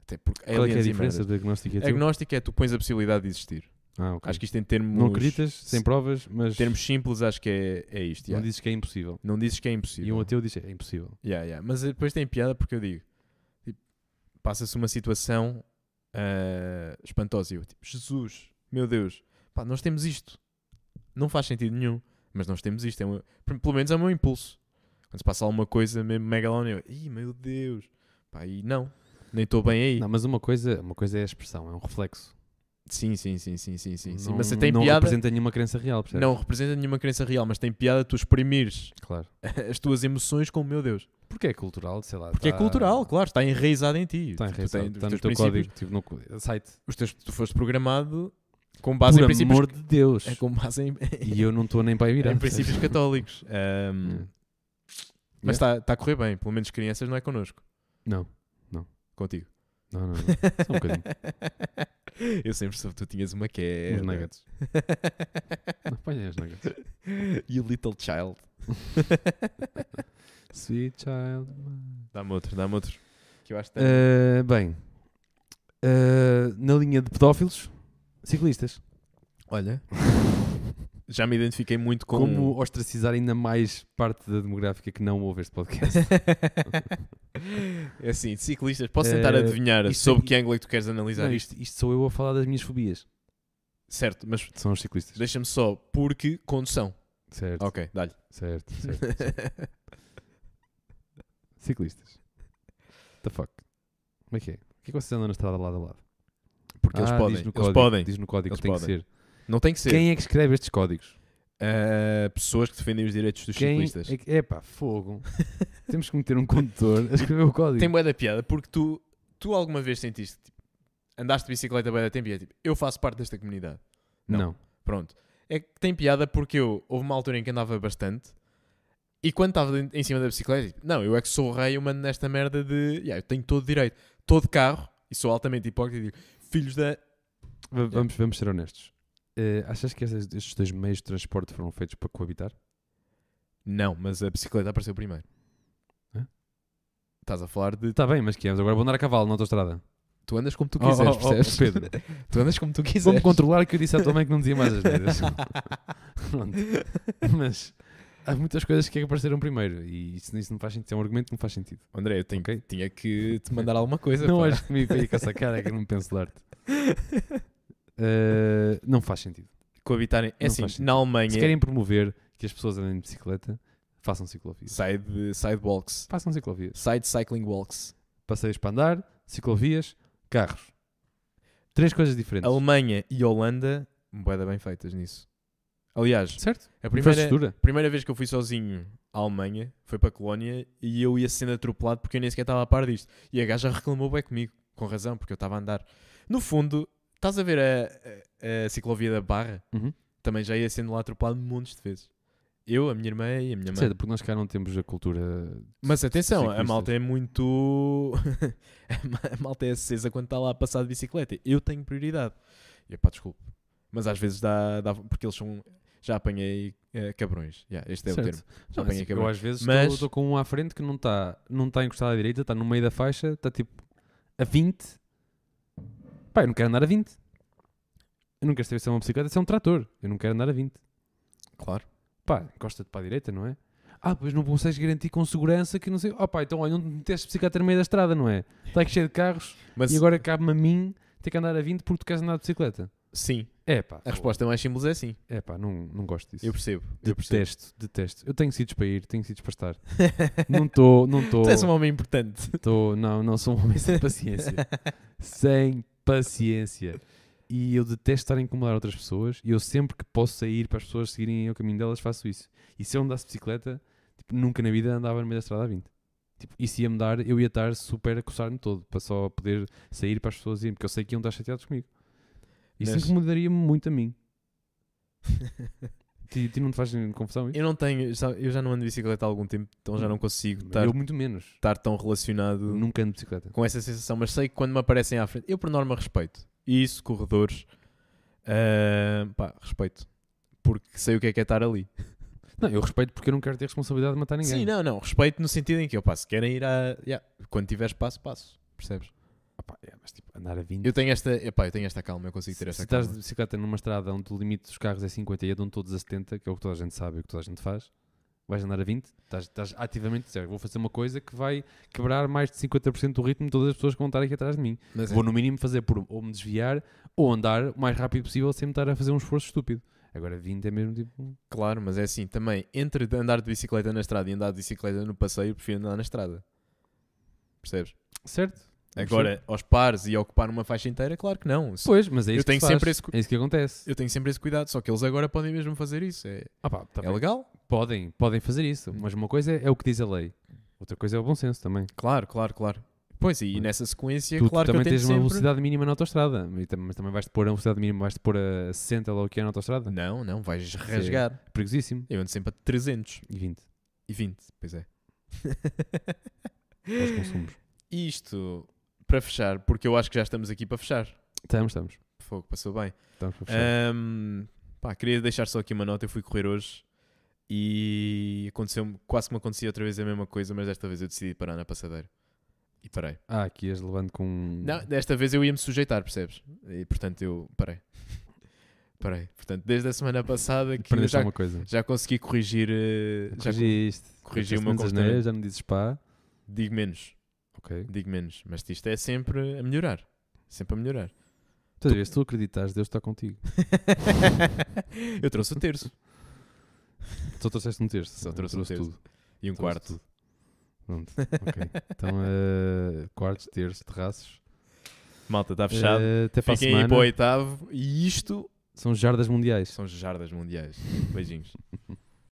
S1: Até porque
S2: Qual é, que é a
S1: aliens e
S2: diferença
S1: merdas.
S2: de agnóstico e ateu?
S1: Agnóstico é tu pões a possibilidade de existir.
S2: Ah, ok.
S1: Acho que isto em termos,
S2: não acreditas, sem provas, mas
S1: termos simples acho que é, é isto.
S2: não
S1: yeah.
S2: dizes que é impossível.
S1: Não dizes que é
S2: E
S1: impossível.
S2: um ateu diz: É impossível.
S1: Yeah, yeah. Mas eh, depois tem piada porque eu digo: tipo, passa-se uma situação ah, espantosa e eu, tipo, Jesus, meu Deus, pá, nós temos isto. Não faz sentido nenhum, mas nós temos isto. É uma- pe- pelo menos é o meu impulso. Quando se passa alguma coisa mesmo megalona, eu, ih, meu Deus, pá, e não, nem estou bem aí.
S2: Não, mas uma coisa, uma coisa é a expressão, é um reflexo.
S1: Sim, sim, sim, sim, sim, sim. sim.
S2: não,
S1: Mas tem
S2: não
S1: piada,
S2: representa nenhuma crença real, percebes?
S1: não representa nenhuma crença real, mas tem piada tu exprimires
S2: Claro.
S1: as tuas emoções com, meu Deus.
S2: Porque é cultural, sei lá.
S1: Porque é
S2: tá-
S1: cultural, claro, está enraizado em ti.
S2: Está
S1: Tu- tu
S2: enraizado,
S1: tens-
S2: está
S1: os
S2: no
S1: teus
S2: teu
S1: princípios-
S2: código, tipo, no site.
S1: os teus, tu foste programado com base em
S2: Por
S1: princípios.
S2: amor de Deus.
S1: É com base em,
S2: E eu não estou nem para aí virar. Hum.
S1: em princípios católicos. Ahm,
S2: Yeah.
S1: Mas está a correr bem, pelo menos crianças não é connosco.
S2: Não,
S1: Contigo.
S2: não, não. não. Só um bocadinho.
S1: Eu sempre soube que tu tinhas uma que é.
S2: Uns nuggets. Não apanhei os nuggets.
S1: e o Little Child.
S2: Sweet child.
S1: Dá-me outro, dá-me outro. Que eu acho que tem.
S2: Ah, bem, Ah, na linha de pedófilos, ciclistas.
S1: Olha. Já me identifiquei muito com.
S2: Como ostracizar ainda mais parte da demográfica que não ouve este podcast?
S1: É assim, ciclistas, posso
S2: Eh,
S1: tentar adivinhar
S2: isto
S1: sob
S2: aqui-
S1: que ângulo é que tu queres analisar
S2: Não,
S1: isto?
S2: isto, isto sou eu a falar das minhas fobias.
S1: Certo, mas
S2: São os ciclistas.
S1: deixa-me só, porque condução.
S2: Certo,
S1: Ok, dá-lhe.
S2: certo, certo. Ciclistas. The fuck? Como é que é? Porquê que vocês andam na estrada lado a lado?
S1: Porque eles
S2: Ah,
S1: podem.
S2: Diz no
S1: Eles
S2: código,
S1: podem.
S2: Diz no código
S1: Eles
S2: que tem
S1: podem.
S2: que ser.
S1: Não tem que ser.
S2: Quem é que escreve estes códigos?
S1: Uh, pessoas que defendem os direitos dos
S2: Quem
S1: ciclistas.
S2: é que... Epá, fogo. Temos que meter um condutor a escrever o código.
S1: Tem bué da piada porque tu, tu alguma vez sentiste, tipo, andaste de bicicleta bué da tempo e é tipo, eu faço parte desta comunidade.
S2: Não.
S1: Pronto. É que tem piada porque eu, houve uma altura em que andava bastante e quando estava em- em cima da bicicleta, tipo, não, eu é que sou o rei, eu mando nesta merda de, yeah, eu tenho todo direito. Estou de carro e sou altamente hipócrita e digo, filhos da...
S2: V- Vamos, vamos ser honestos. Eh, achas que estes, estes dois meios de transporte foram feitos para coabitar?
S1: Não, mas a bicicleta apareceu primeiro.
S2: Hã?
S1: Estás a falar de...
S2: Está bem, mas que é? Mas Agora vou andar a cavalo na autostrada.
S1: Tu andas como tu
S2: Oh,
S1: quiseres,
S2: oh, oh,
S1: percebes?
S2: Pedro.
S1: Tu andas como tu quiseres.
S2: Vou-me controlar que eu disse à tua mãe que não dizia mais as neiras. Pronto. Mas há muitas coisas que é que apareceram primeiro e isso, isso não faz sentido. É um argumento que não faz sentido.
S1: André, eu tenho-
S2: Ok.
S1: tinha que te mandar alguma coisa.
S2: não
S1: é pá.
S2: acho que me veio com essa cara que eu não penso dar-te. Eh, não faz sentido.
S1: Coabitarem. É
S2: Não
S1: assim,
S2: faz sentido.
S1: na Alemanha
S2: Se querem promover que as pessoas andem de bicicleta, façam ciclovias.
S1: side, sidewalks.
S2: Façam ciclovias.
S1: Side cycling walks.
S2: Passeios para andar, ciclovias, carros. Três coisas diferentes.
S1: um- Alemanha e Holanda, boeda bem feitas nisso. Aliás,
S2: Certo?
S1: a primeira,
S2: Infraestrutura.
S1: primeira vez que eu fui sozinho à Alemanha foi para a Colónia e eu ia sendo atropelado porque eu nem sequer estava a par disto. E a gaja reclamou bem comigo, com razão, porque eu estava a andar. No fundo, estás a ver a, a- a ciclovia da Barra?
S2: Uhum.
S1: Também já ia sendo lá atropelado montes de vezes. Eu, a minha irmã e a minha mãe.
S2: Certo, porque nós cá não temos a cultura.
S1: Mas atenção, a
S2: ciclistas.
S1: malta é muito. a ma- a malta é acesa quando está lá a passar de bicicleta. Eu tenho prioridade. E pá, desculpe. Mas às vezes dá, dá- Porque eles são. Já apanhei eh, cabrões. Yeah, este é o
S2: Certo.
S1: termo. Já
S2: Não,
S1: apanhei
S2: assim, eu
S1: cabrões.
S2: às vezes
S1: Mas-
S2: estou com um à frente que não está não tá encostado à direita, está no meio da faixa, está tipo a 20. Pá, eu não quero andar a 20. Eu não quero saber se é uma bicicleta, se é um trator. Eu não quero andar a 20.
S1: Claro.
S2: Pá, encosta-te para a direita, não é? Ah, pois não consegues garantir com segurança que não sei. Ah, pá, então olha, não meteste bicicleta no meio da estrada, não é? Está aqui cheio de carros
S1: Mas
S2: e agora cabe-me a mim ter que andar a 20 porque tu queres andar de bicicleta.
S1: sim,
S2: É pá,
S1: a resposta mais simples é sim.
S2: é pá, não, não gosto disso.
S1: Eu percebo. Eu percebo.
S2: Detesto, detesto. Eu tenho sítios para ir, tenho sítios para estar. Não estou, não estou.
S1: tu és um homem importante.
S2: Tô- não, não sou um homem sem paciência. sem paciência. E eu detesto estar a incomodar outras pessoas. E eu sempre que posso sair para as pessoas seguirem o caminho delas, faço isso. E se eu andasse de bicicleta, tipo, nunca na vida andava no meio da estrada a 20. Tipo, e se ia-me dar, eu ia estar super a coçar-me todo para só poder sair para as pessoas irem, porque eu sei que iam estar chateados comigo. Isso
S1: Mas-
S2: incomodaria-me muito a mim. Ti, ti não te faz confusão isso?
S1: Eu não tenho, sabe, eu já não ando de bicicleta há algum tempo, então já não consigo estar,
S2: Hum. Eu muito menos.
S1: estar tão relacionado
S2: Nunca ando de bicicleta.
S1: com essa sensação, mas sei que quando me aparecem à frente, eu por norma respeito. E isso, corredores, ah, pá, respeito. Porque sei o que é que é estar ali.
S2: Não, eu respeito porque eu não quero ter responsabilidade de matar ninguém.
S1: Sim, não, não, respeito no sentido em que eu passo. Querem ir a. yeah, quando tiver espaço, passo. Percebes?
S2: Ah pá, é, mas tipo, andar a 20.
S1: Eu tenho esta, epá, eu tenho esta calma, eu consigo ter
S2: se
S1: esta
S2: estás de
S1: calma.
S2: bicicleta numa estrada onde o limite dos carros é 50 e andam todos a 70, que é o que toda a gente sabe e o que toda a gente faz, vais andar a 20, estás, estás ativamente sério. Vou fazer uma coisa que vai quebrar mais de 50% do ritmo de todas as pessoas que vão estar aqui atrás de mim.
S1: Mas é-
S2: Vou, no mínimo, fazer por ou me desviar ou andar o mais rápido possível sem me estar a fazer um esforço estúpido. Agora 20 é mesmo tipo.
S1: Claro, mas é assim, também, entre de andar de bicicleta na estrada e andar de bicicleta no passeio, eu prefiro andar na estrada. Percebes?
S2: Certo?
S1: Agora, aos pares e a ocupar uma faixa inteira, claro que não. Se-
S2: Pois, mas é
S1: Eu
S2: isso
S1: tenho
S2: que se faz.
S1: sempre esse cu-
S2: É isso que acontece.
S1: Eu tenho sempre esse cuidado, só que eles agora podem mesmo fazer isso. É,
S2: Ah pá, tá
S1: é
S2: bem.
S1: legal?
S2: Podem, podem fazer isso,
S1: Hum.
S2: mas uma coisa é, é o que diz a lei, outra coisa é o bom senso também.
S1: Claro, claro, claro. Pois, e nessa sequência,
S2: tu
S1: claro que eu
S2: também
S1: tenho
S2: tens
S1: sempre...
S2: uma velocidade mínima na autostrada, e tam- mas também vais-te pôr a velocidade mínima, vais-te pôr a 60 ou o que é na autostrada.
S1: Não, não, vais rasgar.
S2: Perigosíssimo.
S1: Eu ando sempre a 300
S2: E 20,
S1: e 20, pois é.
S2: aos consumos.
S1: Isto, para fechar, porque eu acho que já estamos aqui para fechar.
S2: Estamos, estamos.
S1: Fogo, passou bem.
S2: Estamos para
S1: Ah.
S2: fechar.
S1: Ahm, pá, queria deixar só aqui uma nota. Eu fui correr hoje e aconteceu quase que me acontecia outra vez a mesma coisa, mas desta vez eu decidi parar na passadeira. E parei.
S2: Ah, aqui és levando com... um
S1: Não, desta vez eu ia me sujeitar, percebes? E portanto eu parei. Parei. Portanto, desde a semana passada que eu
S2: Aprendeste
S1: já,
S2: alguma coisa.
S1: já consegui corrigir. eh, Já
S2: Corrigiste.
S1: corrigi o
S2: Disseste
S1: meu
S2: menos
S1: comportamento.
S2: asneiras, Já não dizes pá.
S1: Digo menos,
S2: Ok. Então,
S1: digo menos. Mas isto é sempre a melhorar. Sempre a melhorar.
S2: Tu vês, se tu acreditas, Deus está contigo.
S1: eu trouxe o terço
S2: Só trouxeste um terço.
S1: Só
S2: Eu
S1: trouxe um terço.
S2: tudo.
S1: e um
S2: Trouxe
S1: quarto.
S2: tudo. Pronto, ok. Então, eh, quartos, terços, terraços.
S1: Malta, está Tá fechado.
S2: Eh, até para a
S1: Fiquem aí
S2: semana.
S1: para o oitavo. E isto
S2: São jardas mundiais.
S1: São jardas mundiais. Beijinhos.